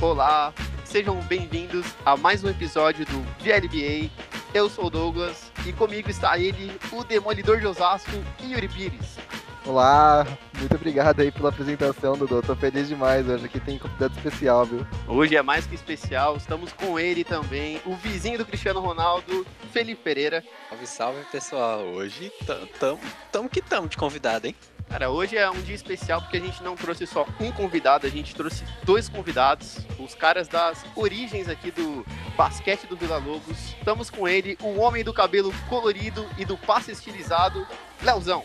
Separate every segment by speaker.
Speaker 1: Olá, sejam bem-vindos a mais um episódio do VLBA. Eu sou o Douglas e comigo está ele, o Demolidor de Osasco, Yuri Pires.
Speaker 2: Olá, muito obrigado aí pela apresentação, Dudu. Tô feliz demais hoje aqui tem convidado especial, viu?
Speaker 1: Hoje é mais que especial, estamos com ele também, o vizinho do Cristiano Ronaldo, Felipe Pereira.
Speaker 3: Salve, salve pessoal. Hoje tam, tam, tamo que tamo de convidado, hein?
Speaker 1: Cara, hoje é um dia especial porque a gente não trouxe só um convidado, a gente trouxe dois convidados, os caras das origens aqui do basquete do Vila Lobos. Estamos com ele, o homem do cabelo colorido e do passe estilizado, Leozão.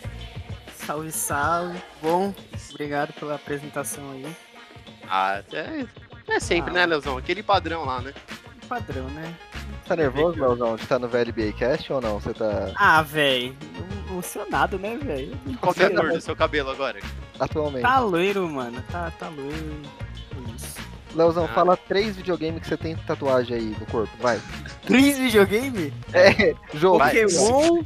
Speaker 4: Salve, salve. Bom, obrigado pela apresentação aí.
Speaker 1: Ah, é, é sempre,
Speaker 4: Ah.
Speaker 1: né, Leozão? Aquele padrão lá, né?
Speaker 4: Padrão, né?
Speaker 2: Tá nervoso, Leozão, de tá no VLBA Cast ou não? Você tá.
Speaker 4: Ah, velho. Emocionado, né, velho?
Speaker 1: Qual que é a cor do seu cabelo agora?
Speaker 2: Atualmente.
Speaker 4: Tá loiro, mano. Tá, tá loiro. É Isso.
Speaker 2: Leozão,
Speaker 1: Ah.
Speaker 2: fala três videogames que você tem tatuagem aí no corpo, vai.
Speaker 4: Três videogame?
Speaker 2: É, jogo.
Speaker 1: Vai.
Speaker 4: Pokémon,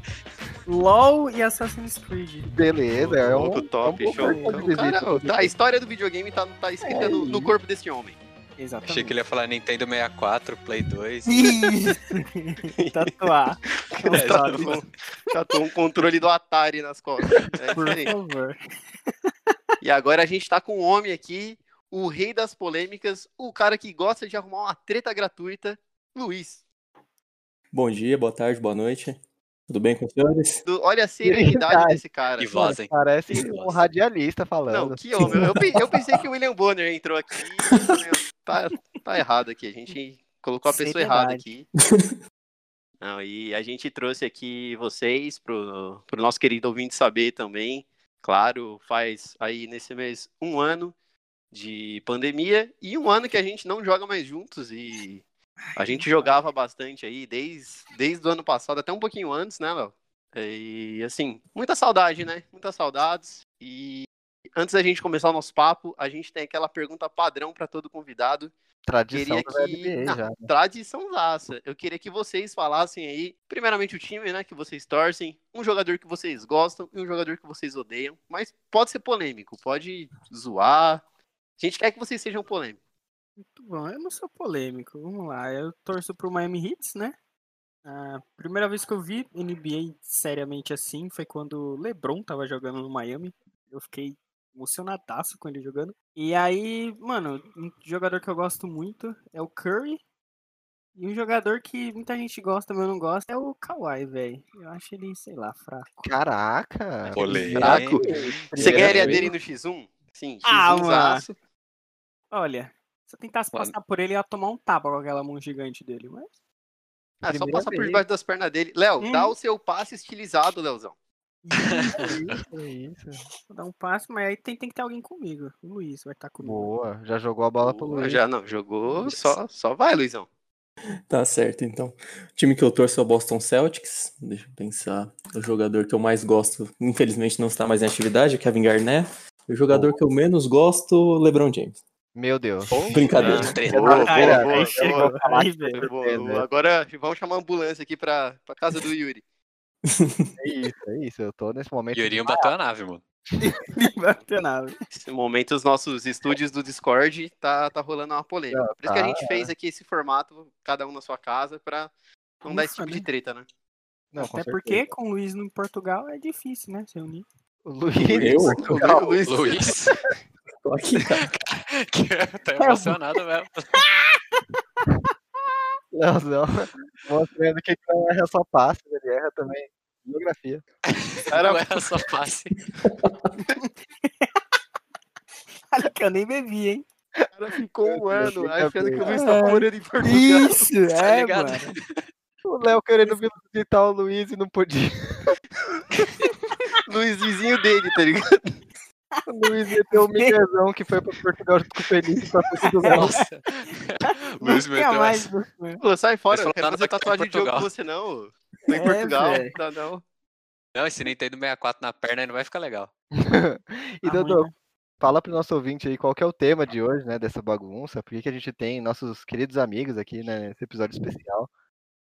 Speaker 4: LOL e Assassin's Creed.
Speaker 2: Beleza, é um.
Speaker 3: Louco, top,
Speaker 2: é um bom
Speaker 3: show.
Speaker 2: corpo de
Speaker 1: Cara,
Speaker 2: visita.
Speaker 1: tá, a história do videogame tá, tá escrita no, no corpo desse homem.
Speaker 4: Exatamente.
Speaker 3: Achei que ele ia falar Nintendo 64, Play 2.
Speaker 4: Ih, Tatuar.
Speaker 3: É,
Speaker 4: Tatuar,
Speaker 3: tá bom.
Speaker 1: Catou um controle do Atari nas costas. É
Speaker 4: Por
Speaker 1: diferente.
Speaker 4: favor.
Speaker 1: E agora a gente tá com um homem aqui, o rei das polêmicas, o cara que gosta de arrumar uma treta gratuita, Luiz.
Speaker 5: Bom dia, boa tarde, boa noite. Tudo bem com os senhores?
Speaker 1: Do- olha a serenidade
Speaker 2: Verdade.
Speaker 1: desse cara.
Speaker 3: Que voz, hein?
Speaker 2: Parece
Speaker 3: Sim,
Speaker 2: um
Speaker 3: nossa.
Speaker 2: radialista
Speaker 1: Não,
Speaker 2: falando.
Speaker 1: que homem. Eu, pe- eu pensei que o William Bonner entrou aqui. né? Tá, tá errado aqui. A gente colocou a pessoa errada aqui. Não, e a gente trouxe aqui vocês pro, pro nosso querido ouvinte saber também. Claro, faz aí nesse mês um ano de pandemia e um ano que a gente não joga mais juntos e a gente jogava bastante aí desde, desde o ano passado, até um pouquinho antes, né, Léo? E assim, muita saudade, né? Muitas saudades. E antes da gente começar o nosso papo, a gente tem aquela pergunta padrão para todo convidado.
Speaker 2: Tradição
Speaker 1: queria
Speaker 2: do
Speaker 1: que-
Speaker 2: VLBA
Speaker 1: Não.
Speaker 2: já.
Speaker 1: Tradição laça. Eu queria que vocês falassem aí, primeiramente o time, né, que vocês torcem, um jogador que vocês gostam e um jogador que vocês odeiam. Mas pode ser polêmico, pode zoar. A gente quer que vocês sejam polêmicos.
Speaker 4: Muito bom, eu não sou polêmico. Vamos lá, eu torço pro Miami Heat, né? A primeira vez que eu vi NBA seriamente assim foi quando o LeBron tava jogando no Miami. Eu fiquei emocionadaço com ele jogando. E aí, mano, um jogador que eu gosto muito é o Curry. E um jogador que muita gente gosta, mas eu não gosto, é o Kawhi, velho. Eu acho ele, sei lá, fraco.
Speaker 2: Caraca.
Speaker 3: Polêmico.
Speaker 1: Fraco. Você
Speaker 2: Primeira
Speaker 1: quer a
Speaker 2: vez.
Speaker 1: dele no X1? Sim, X1
Speaker 4: Ah,
Speaker 1: zaço.
Speaker 4: Olha, se eu tentasse
Speaker 3: Mano.
Speaker 4: passar por ele, eu ia tomar um tapa com aquela mão gigante dele, mas.
Speaker 1: Ah, só
Speaker 2: Primeira
Speaker 1: passar por
Speaker 2: vez.
Speaker 1: debaixo das pernas dele. Léo,
Speaker 4: Hum.
Speaker 1: dá o seu passe estilizado, Leozão.
Speaker 2: Que isso.
Speaker 4: Vou dar um passo, mas aí tem, tem que ter alguém comigo. O Luiz vai estar comigo.
Speaker 2: Boa, já jogou a bola pro
Speaker 1: Boa,
Speaker 2: Luiz.
Speaker 1: Já não, jogou, só, só vai, Luizão.
Speaker 5: Tá certo, então. O time que eu torço é o Boston Celtics. Deixa eu pensar. O jogador que eu mais gosto, infelizmente não está mais em atividade, é Kevin Garnett. E o jogador que eu menos gosto, LeBron James.
Speaker 2: Meu Deus.
Speaker 5: Brincadeira.
Speaker 3: Ah, treta.
Speaker 1: Boa,
Speaker 4: Aí,
Speaker 1: boa,
Speaker 4: aí
Speaker 1: boa,
Speaker 4: chega,
Speaker 1: boa.
Speaker 4: aí, velho.
Speaker 1: Boa,
Speaker 2: certeza.
Speaker 1: boa. Agora vamos chamar a ambulância aqui pra, pra casa do Yuri.
Speaker 2: É isso, é isso. Eu tô nesse momento.
Speaker 3: Yorinho bateu a nave, mano.
Speaker 4: Não vai ter nada.
Speaker 1: Nesse momento, os nossos estúdios do Discord tá, tá rolando uma polêmica. Por isso que a
Speaker 2: tá,
Speaker 1: gente fez aqui esse formato, cada um na sua casa, pra não dar esse
Speaker 4: Ufa,
Speaker 1: tipo de
Speaker 4: né?
Speaker 1: treta, né?
Speaker 2: Não, com
Speaker 4: Até
Speaker 2: certeza.
Speaker 4: porque com o Luiz no Portugal é difícil, né? Se unir.
Speaker 2: O Luiz.
Speaker 5: Eu?
Speaker 1: O Luiz,
Speaker 3: Luiz,
Speaker 5: Tô aqui, cara.
Speaker 3: que tá emocionado mesmo.
Speaker 2: Leozão. Mostrando que ele não erra só passes, ele erra também geografia.
Speaker 1: Era-
Speaker 3: Não era só passe.
Speaker 4: Olha que eu nem bebi, hein?
Speaker 1: o cara ficou um ano
Speaker 2: Fica
Speaker 1: achando que o
Speaker 2: bem.
Speaker 4: É.
Speaker 1: Luiz tá morando em Portugal.
Speaker 4: Isso, é,
Speaker 3: Tá ligado?
Speaker 4: mano.
Speaker 2: O Léo querendo visitar o Luiz e não podia.
Speaker 1: Luiz vizinho dele, tá ligado?
Speaker 2: O Luiz meteu o Miguelzão que foi pra Portugal junto com o Felipe pra fazer
Speaker 4: É,
Speaker 2: do Léo.
Speaker 3: Nossa. Luiz
Speaker 4: Não tinha
Speaker 3: meteu
Speaker 4: é mais, né?
Speaker 3: essa.
Speaker 4: mano.
Speaker 1: Pô, sai fora,
Speaker 3: Mas
Speaker 1: eu quero
Speaker 3: falaram
Speaker 1: fazer
Speaker 3: que tá em
Speaker 1: tatuagem de jogo com
Speaker 3: Portugal.
Speaker 1: você, não. Tô em
Speaker 4: É,
Speaker 1: Portugal,
Speaker 4: velho.
Speaker 1: tá não.
Speaker 3: Não, esse Nintendo 64 na perna aí não vai ficar legal.
Speaker 2: E
Speaker 4: Tá ruim,
Speaker 2: Dodô,
Speaker 4: né?
Speaker 2: fala pro nosso ouvinte aí qual que é o tema de hoje, né? Dessa bagunça. Por que, que a gente tem nossos queridos amigos aqui, né? Nesse episódio especial.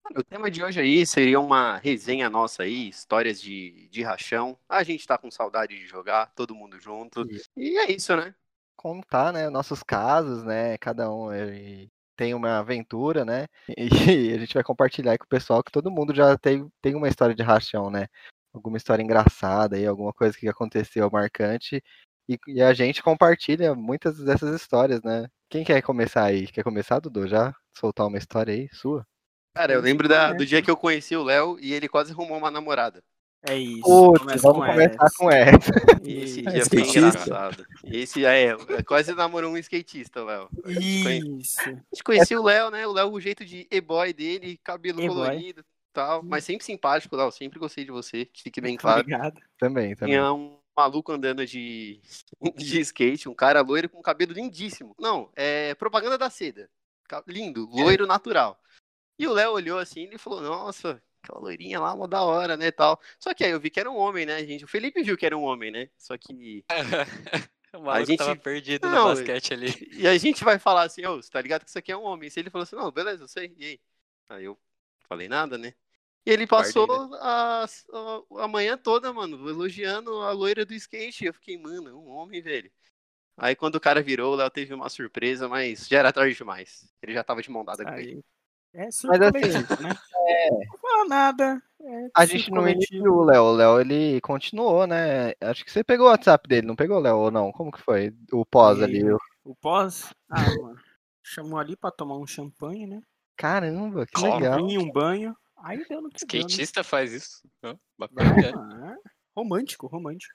Speaker 1: Cara, O tema de hoje aí seria uma resenha nossa aí, histórias de, de rachão. A gente tá com saudade de jogar, todo mundo junto. E é isso, né?
Speaker 2: contar, né, nossos casos, né, cada um aí tem uma aventura, né, e a gente vai compartilhar aí com o pessoal que todo mundo já tem, tem uma história de rachão, né, alguma história engraçada aí, alguma coisa que aconteceu marcante, e, e a gente compartilha muitas dessas histórias, né. Quem quer começar aí? Quer começar, Dudu, já? Soltar uma história aí, sua?
Speaker 1: Cara, eu
Speaker 4: Uhum.
Speaker 1: lembro da- do dia que eu conheci o Léo e ele quase arrumou uma namorada.
Speaker 4: É isso.
Speaker 2: Putz,
Speaker 4: começa
Speaker 2: vamos
Speaker 4: com
Speaker 2: começar
Speaker 4: essa.
Speaker 2: com essa.
Speaker 1: Esse
Speaker 4: Isso.
Speaker 1: dia foi
Speaker 5: skatista.
Speaker 1: engraçado. Esse é, é, quase namorou um skatista, Léo. A gente conhe-
Speaker 4: Isso.
Speaker 1: a gente conhecia o Léo, né? O Léo, o jeito de e-boy dele, cabelo
Speaker 4: E-boy.
Speaker 1: colorido e tal. Mas sempre simpático, Léo. Sempre gostei de você, que fique bem claro.
Speaker 4: Obrigado.
Speaker 2: Também, também.
Speaker 1: Tinha um maluco andando de, de skate, um cara loiro com cabelo lindíssimo. Não, é propaganda da seda. Ca- Lindo, loiro natural. E o Léo olhou assim e falou: Nossa, aquela loirinha lá, mó da hora, né? Tal. Só que aí eu vi que era um homem, né, gente? O Felipe viu que era um homem, né? Só que.
Speaker 3: O maluco
Speaker 1: gente-
Speaker 3: tava perdido
Speaker 1: Não,
Speaker 3: no basquete ali.
Speaker 1: E a gente vai falar assim: Ô, você tá ligado que isso aqui é um homem? Se ele falou assim: Não, beleza, eu sei. E aí? Aí eu falei nada, né? E ele passou a, a, a manhã toda, mano, elogiando a loira do skate. Eu fiquei, mano, um homem, velho. Aí quando o cara virou, o Léo teve uma surpresa, mas já era tarde demais. Ele já tava de mão dada com ele.
Speaker 4: Aí. É
Speaker 2: Mas assim,
Speaker 4: surpreendente, né? Não fala nada. é
Speaker 2: A gente não
Speaker 4: circulativo.
Speaker 2: iniciou o Léo, o Léo ele continuou, né? Acho que você pegou o WhatsApp dele, não pegou, Léo, ou não? Como que foi? O pós
Speaker 4: Peguei.
Speaker 2: ali. o-
Speaker 4: O pós? Ah, mano. Chamou ali pra tomar um champanhe, né?
Speaker 2: Caramba, que
Speaker 3: Claro.
Speaker 2: legal.
Speaker 4: Vinho, um banho. Aí deu no que deu, né?
Speaker 3: Skatista faz isso. Hã? Bacana.
Speaker 4: Ah, romântico, romântico.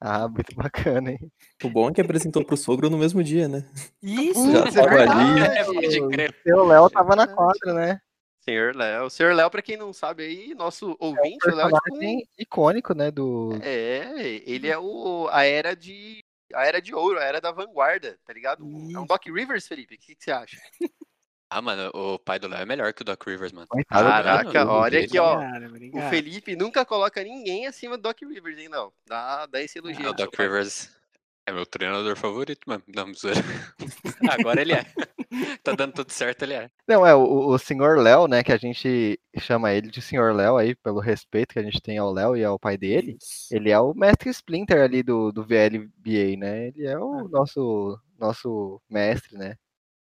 Speaker 2: Ah, muito bacana, hein?
Speaker 5: O bom é que apresentou pro sogro no mesmo dia, né?
Speaker 4: Isso,
Speaker 5: Já
Speaker 4: isso é
Speaker 5: tava
Speaker 4: verdade.
Speaker 5: ali.
Speaker 3: É, pode crer.
Speaker 2: Seu né? Léo tava na quadra, né?
Speaker 1: Senhor Léo. Senhor Léo, pra quem não sabe aí, nosso ouvinte, o Léo é tipo um-
Speaker 2: Personagem icônico, né? Do.
Speaker 1: É, ele é o, a era de. A era de ouro, a era da vanguarda, tá ligado? É um Doc Rivers, Felipe. O que, que você acha?
Speaker 3: Ah, mano, o pai do Léo é melhor que o Doc Rivers, mano.
Speaker 2: Coitado do-
Speaker 3: Caralho,
Speaker 1: Caraca,
Speaker 3: eu
Speaker 1: olha
Speaker 3: duvido.
Speaker 1: aqui, ó.
Speaker 4: Obrigado,
Speaker 1: O
Speaker 3: Ah.
Speaker 4: obrigado.
Speaker 1: Felipe nunca coloca ninguém acima do Doc Rivers, hein, Léo? Dá, dá esse elogio.
Speaker 3: Ah, o
Speaker 1: pro seu
Speaker 3: Doc
Speaker 1: pai.
Speaker 3: Rivers é meu treinador favorito, mano. Não, zoeira. Agora ele é. Tá dando tudo certo, ele é.
Speaker 2: Não, é o, o senhor Léo, né? Que a gente chama ele de senhor Léo aí, pelo respeito que a gente tem ao Léo e ao pai dele.
Speaker 4: Isso.
Speaker 2: Ele é o mestre Splinter ali do, do VLBA, né? Ele é o
Speaker 4: Ah.
Speaker 2: nosso, nosso mestre, né?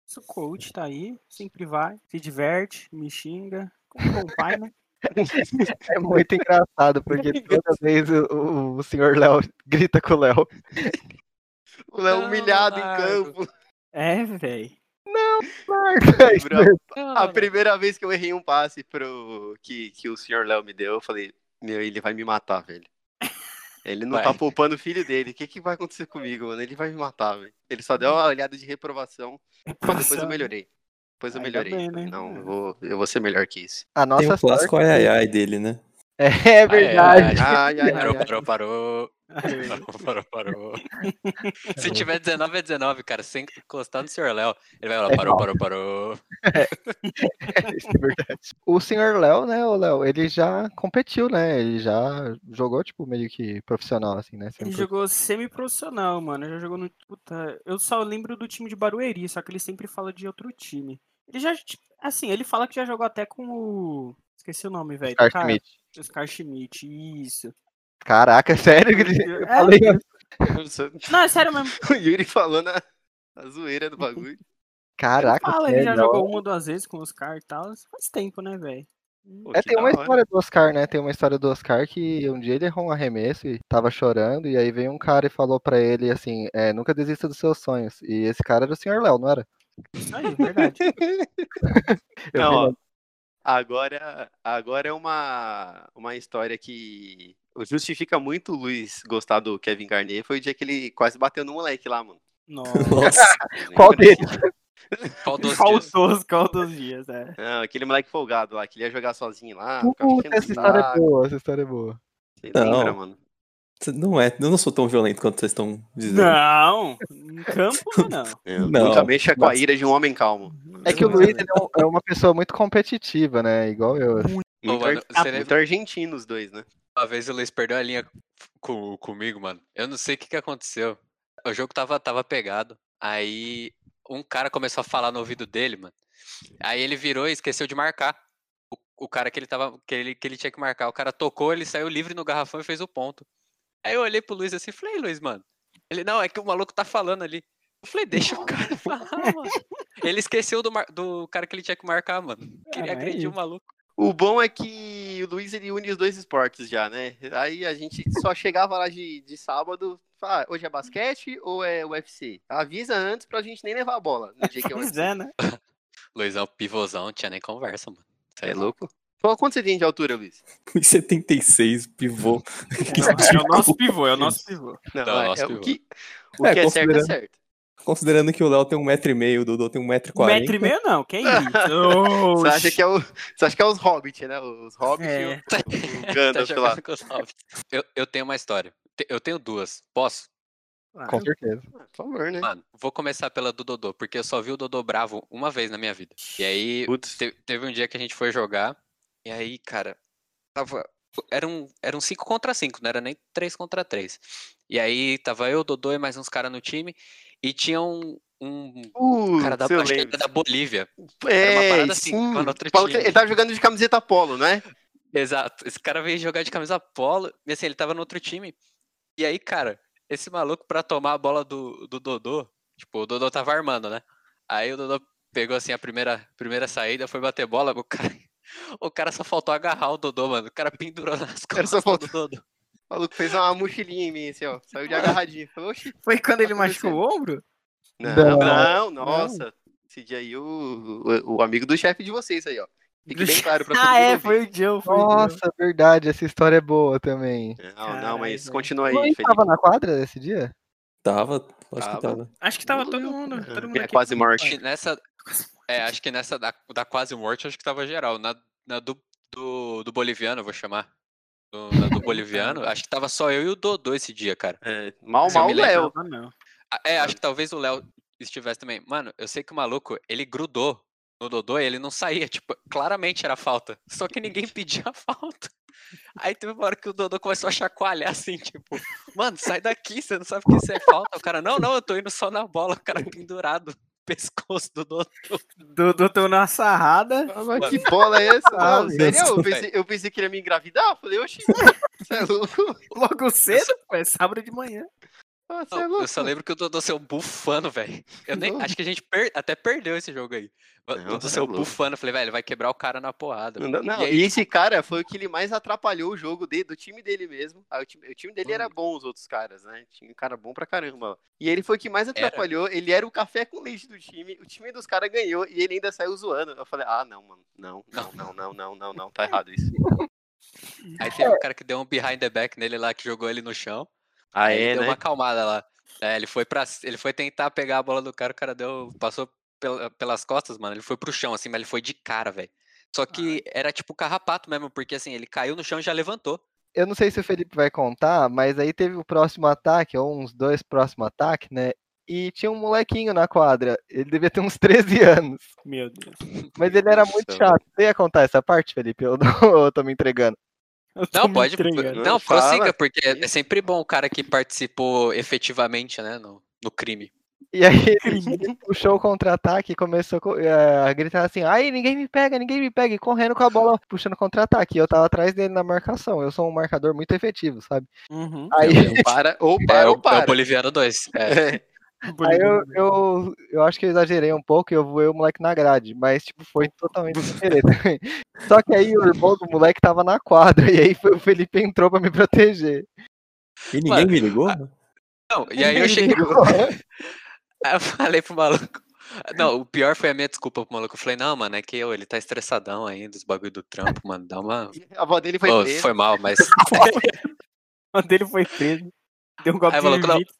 Speaker 4: Isso, O coach tá aí, sempre vai, se diverte, me xinga. Como um bom pai, né?
Speaker 2: É muito engraçado, porque toda vez o, o, o senhor Léo grita com o Léo.
Speaker 1: O Léo
Speaker 3: Não,
Speaker 1: é humilhado em
Speaker 3: Marco.
Speaker 1: campo.
Speaker 4: É, velho.
Speaker 3: É
Speaker 2: Marca É isso.
Speaker 1: Lembro A
Speaker 3: Não,
Speaker 1: primeira vez que eu errei um passe pro que, que o senhor Léo me deu, eu falei, meu, ele vai me matar, velho. Ele não
Speaker 3: Vai.
Speaker 1: tá poupando o filho dele. O que, que vai acontecer comigo, mano? Ele vai me matar, velho. Ele só
Speaker 3: Hum.
Speaker 1: deu uma olhada de reprovação.
Speaker 4: É
Speaker 1: Mas depois eu melhorei. Depois eu
Speaker 4: Ainda
Speaker 1: melhorei.
Speaker 4: bem,
Speaker 1: Falei,
Speaker 4: né?
Speaker 1: Não, eu vou, eu vou ser melhor que isso.
Speaker 2: A
Speaker 5: Tem
Speaker 2: nossa
Speaker 5: o clássico
Speaker 2: sorte.
Speaker 5: ai ai ai dele, né?
Speaker 4: Ah,
Speaker 2: É verdade.
Speaker 3: Ai,
Speaker 1: Ai, ai, ai,
Speaker 3: Parou,
Speaker 1: ai.
Speaker 3: parou, parou.
Speaker 4: Aí,
Speaker 3: Parou, parou, parou. Se tiver 19 é 19, cara, sem encostar no senhor Léo, ele vai
Speaker 2: É
Speaker 3: lá, parou, parou, parou.
Speaker 2: Isso é verdade. O senhor Léo, né, o Léo, ele já competiu, né? Ele já jogou, tipo, meio que profissional, assim, né?
Speaker 4: Ele
Speaker 2: Sempre-
Speaker 4: jogou semi-profissional, mano. Já jogou no. Puta, eu só lembro do time de Barueri, só que ele sempre fala de outro time. Ele já. ti- Assim, ele fala que já jogou até com o. Esqueci o nome, velho. do
Speaker 2: Oscar
Speaker 4: cara.
Speaker 2: Schmidt.
Speaker 4: Oscar Schmidt, isso.
Speaker 2: Caraca, sério que ele... Eu
Speaker 4: É,
Speaker 2: falei,
Speaker 4: Não, é sério mesmo.
Speaker 1: O Yuri falando a, a zoeira do bagulho.
Speaker 2: caraca,
Speaker 4: Fala,
Speaker 5: É,
Speaker 4: ele já
Speaker 2: sério, ó.
Speaker 4: jogou uma ou duas vezes com o Oscar e tal. Faz tempo, né, velho?
Speaker 1: Pô,
Speaker 2: É,
Speaker 1: que
Speaker 2: tem
Speaker 1: da
Speaker 2: uma
Speaker 1: hora.
Speaker 2: história do Oscar, né? Tem uma história do Oscar que um dia ele errou um arremesso e tava chorando, e aí veio um cara e falou pra ele assim, é, nunca desista dos seus sonhos. E esse cara era o senhor Léo, não era?
Speaker 4: Isso aí, verdade.
Speaker 2: Eu
Speaker 1: Não, ó,
Speaker 2: vi
Speaker 1: agora, agora é uma, uma história que justifica muito o Luiz gostar do Kevin Garnier. Foi o dia que ele quase bateu no moleque lá, mano.
Speaker 4: Nossa.
Speaker 5: Nossa,
Speaker 2: Qual deles?
Speaker 3: Qual dos dias?
Speaker 4: Faltoso, qual dos dias, é.
Speaker 1: Não, aquele moleque folgado lá, que ele ia jogar sozinho lá. ficava
Speaker 2: Puta,
Speaker 1: enchendo o
Speaker 2: essa história é
Speaker 1: saco.
Speaker 2: boa, essa história é boa.
Speaker 1: Você
Speaker 5: Não.
Speaker 1: lembra, mano?
Speaker 5: não é. Eu não sou tão violento quanto vocês estão dizendo.
Speaker 4: Não, em campo não.
Speaker 1: Eu
Speaker 5: Não.
Speaker 1: Nunca mexa com a
Speaker 5: Mas-
Speaker 1: ira de um homem calmo.
Speaker 2: É que o Luiz ele é, um- é uma pessoa muito competitiva, né? Igual eu. assim.
Speaker 3: Ô,
Speaker 1: Muito,
Speaker 3: mano,
Speaker 1: ar-
Speaker 3: você
Speaker 1: muito argentino os dois, né?
Speaker 3: Uma vez o Luiz perdeu a linha co- comigo, mano. Eu não sei o que, que aconteceu. O jogo tava, tava pegado. Aí um cara começou a falar no ouvido dele, mano. Aí ele virou e esqueceu de marcar. O, o cara que ele tava. Que ele, que ele tinha que marcar. O cara tocou, ele saiu livre no garrafão e fez o ponto. Aí eu olhei pro Luiz assim e falei, "Ei, Luiz, mano. Ele, não, é que o maluco tá falando ali. Eu falei, deixa o cara falar, mano. Ele esqueceu do, mar- do cara que ele tinha que marcar, mano. Queria
Speaker 4: Ah, é
Speaker 3: agredir o
Speaker 4: isso.
Speaker 3: maluco.
Speaker 1: O bom é que o Luiz ele une os dois esportes já, né? Aí a gente só chegava lá de, de sábado, fala, "Ah, hoje é basquete ou é UFC? Avisa antes pra gente nem levar a bola no dia que é o
Speaker 4: Pois
Speaker 1: UFC.
Speaker 4: é, né?
Speaker 3: Luizão, pivôzão, não tinha nem conversa, mano. Sei
Speaker 1: É
Speaker 3: lá.
Speaker 1: louco? Qual- Quanto você tem de altura, Luiz?
Speaker 5: 1,76, pivô. Que
Speaker 4: É o
Speaker 5: ridículo.
Speaker 4: nosso pivô, é o nosso pivô.
Speaker 1: Não,
Speaker 3: Tá,
Speaker 1: é-
Speaker 3: nossa,
Speaker 1: é o
Speaker 3: pivô.
Speaker 1: que, o
Speaker 5: É,
Speaker 1: que é certo é
Speaker 5: considerando-
Speaker 1: certo.
Speaker 5: Considerando que o Léo tem 1,5m, o Dodô tem 1,40m.
Speaker 4: Metro e meio não, que é isso? Oxi.
Speaker 1: Você acha que é, o, você acha que é os hobbits, né? Os hobbits
Speaker 4: É.
Speaker 1: e o, o
Speaker 3: Tá
Speaker 1: Gandalf lá.
Speaker 3: jogando com os hobbits. eu, eu tenho uma história. Te- Eu tenho duas. Posso?
Speaker 4: Ah,
Speaker 2: Com certeza.
Speaker 1: Ah, Por favor, né?
Speaker 3: Mano, vou começar pela do Dodô, porque eu só vi o Dodô bravo uma vez na minha vida. E aí,
Speaker 1: Putz.
Speaker 3: te- teve um dia que a gente foi jogar, e aí, cara, tava. Era um, era um 5 contra 5, não era nem 3 contra 3. E aí tava eu, Dodô e mais uns caras no time, e tinha um, um
Speaker 1: Putz,
Speaker 3: cara da,
Speaker 1: eu
Speaker 3: acho que era
Speaker 1: lembro.
Speaker 3: da Bolívia. era uma
Speaker 1: É,
Speaker 3: parada assim,
Speaker 1: sim.
Speaker 3: mano, outro
Speaker 1: Paulo-
Speaker 3: time.
Speaker 1: Ele tava jogando de camiseta polo, não é?
Speaker 3: Exato. Esse cara veio jogar de camisa polo, e assim, ele tava no outro time. E aí, cara, esse maluco pra tomar a bola do, do Dodô, tipo, o Dodô tava armando, né? Aí o Dodô pegou assim a primeira, primeira saída, foi bater bola, o cara, o cara só faltou agarrar o Dodô, mano. O cara pendurou nas
Speaker 1: cara
Speaker 3: costas
Speaker 1: só
Speaker 3: do Dodô.
Speaker 1: O maluco fez uma mochilinha em mim, assim, ó. Saiu de agarradinho. Falei, oxi.
Speaker 4: Foi quando ele machucou o ombro?
Speaker 1: Não, não,
Speaker 2: Não.
Speaker 1: nossa. Esse dia aí, o, o, o amigo do chefe de vocês aí, ó. Fique bem
Speaker 4: Do chefe.
Speaker 1: claro pra todo
Speaker 4: Ah,
Speaker 1: mundo
Speaker 4: é,
Speaker 1: ouvir.
Speaker 4: foi o Joe. Foi o Joe.
Speaker 2: Nossa, verdade, essa história é boa também.
Speaker 1: Não, não, mas
Speaker 4: Caralho.
Speaker 1: continua aí,
Speaker 2: Ele
Speaker 1: Felipe.
Speaker 2: estava na quadra esse dia?
Speaker 5: Tava, acho
Speaker 1: Tava.
Speaker 5: que tava.
Speaker 4: Acho que tava todo mundo. Todo mundo
Speaker 1: É
Speaker 4: aqui.
Speaker 1: quase
Speaker 3: Acho que
Speaker 1: morte.
Speaker 3: nessa, é, acho que nessa da, da quase morte, acho que tava geral. Na, na do, do, do boliviano, eu vou chamar. Do- na do boliviano, acho que tava só eu e o Dodô esse dia, cara.
Speaker 1: É, mal,
Speaker 3: Se eu
Speaker 1: mal o
Speaker 3: me lembro.
Speaker 1: Léo.
Speaker 4: Não, não.
Speaker 3: Ah, É, acho que talvez o Léo estivesse também. Mano, eu sei que o maluco, ele grudou no Dodô e ele não saía. Tipo, claramente era falta. Só que ninguém pedia a falta. Aí teve uma hora que o Dodô começou a chacoalhar assim, tipo, mano, sai daqui, você não sabe que isso é falta. O cara, não, não, eu tô indo só na bola, o cara pendurado. no Pescoço do Dodô.
Speaker 4: Dodô tomou uma sarrada.
Speaker 1: Ah, mas que bola é essa?
Speaker 2: Ah,
Speaker 1: Não,
Speaker 2: meu
Speaker 1: sério,
Speaker 5: Deus,
Speaker 1: eu pensei, eu pensei que ele ia me engravidar. Falei, oxi, você é louco?
Speaker 4: Logo cedo, pô, é sábado de manhã.
Speaker 1: Ah, Você
Speaker 3: Não,
Speaker 1: é louco?
Speaker 3: eu só lembro que o Dodô saiu bufando, velho. Eu nem.
Speaker 1: Não.
Speaker 3: Acho que a gente per- até perdeu esse jogo aí. O
Speaker 1: Não,
Speaker 3: Dodô
Speaker 1: tá
Speaker 3: saiu
Speaker 1: louco.
Speaker 3: bufando. Eu falei, velho, ele vai quebrar o cara na porrada.
Speaker 1: Não, dá- não, e,
Speaker 3: E aí, tipo
Speaker 1: esse cara foi o que ele mais atrapalhou o jogo de- do time dele mesmo. Ah, o, time, o time dele era bom, os outros caras, né? Tinha um cara bom pra caramba. E ele foi o que mais atrapalhou. Ele era o café com leite do time. O time dos caras ganhou e ele ainda saiu zoando. Eu falei, ah, não, mano. Não, não, não, não, não, não, não. Tá errado isso.
Speaker 3: Aí teve um cara que deu um behind the back nele lá, que jogou ele no chão.
Speaker 1: Ah,
Speaker 3: aí ele
Speaker 1: é,
Speaker 3: deu uma
Speaker 1: né?
Speaker 3: acalmada lá. É, ele foi para ele foi tentar pegar a bola do cara, o cara deu, passou pela- pelas costas, mano. Ele foi pro chão assim, mas ele foi de cara, velho. Só que era tipo carrapato mesmo, porque assim, ele caiu no chão e já levantou.
Speaker 2: eu não sei se o Felipe vai contar, mas aí teve o próximo ataque, ou uns dois próximos ataques, né? E tinha um molequinho na quadra. Ele devia ter uns 13 anos.
Speaker 4: Meu Deus.
Speaker 2: Mas ele era muito
Speaker 1: Nossa,
Speaker 2: chato. Você ia contar essa parte, Felipe? Eu, não, eu tô me entregando.
Speaker 4: Eu tô
Speaker 3: Não,
Speaker 4: me
Speaker 3: pode.
Speaker 4: entregando.
Speaker 3: Não,
Speaker 1: Fala,
Speaker 3: prossiga, porque
Speaker 1: que
Speaker 3: é sempre bom o cara que participou efetivamente, né, no, no crime.
Speaker 2: E aí ele puxou o contra-ataque e começou co- eh, a gritar assim: ai, ninguém me pega, ninguém me pega. E correndo com a bola, puxando contra-ataque. E eu tava atrás dele na marcação. Eu sou um marcador muito efetivo, sabe?
Speaker 4: Uhum.
Speaker 2: Aí
Speaker 1: Ou para, ou para,
Speaker 3: É, o,
Speaker 1: ou
Speaker 3: é o
Speaker 1: para.
Speaker 3: Boliviano 2. É.
Speaker 2: Aí eu, eu, eu acho que eu exagerei um pouco e eu voei o moleque na grade, mas tipo, foi totalmente sem querer também. Só que aí o irmão do moleque tava na quadra, e aí foi- o Felipe entrou pra me proteger.
Speaker 5: E ninguém
Speaker 3: Mano,
Speaker 5: me ligou?
Speaker 3: Não, e aí eu cheguei. Aí eu falei pro maluco. Não, o pior foi a minha desculpa pro maluco. Eu falei, não, mano, é que ô, ele tá estressadão ainda, os bagulho do trampo, mano. Dá uma.
Speaker 1: A avó dele foi
Speaker 3: Ô,
Speaker 1: presa.
Speaker 3: foi mal, mas.
Speaker 4: Quando ele foi preso, deu um golpe
Speaker 3: Aí, maluco,
Speaker 4: de
Speaker 3: não.
Speaker 4: jiu-jitsu.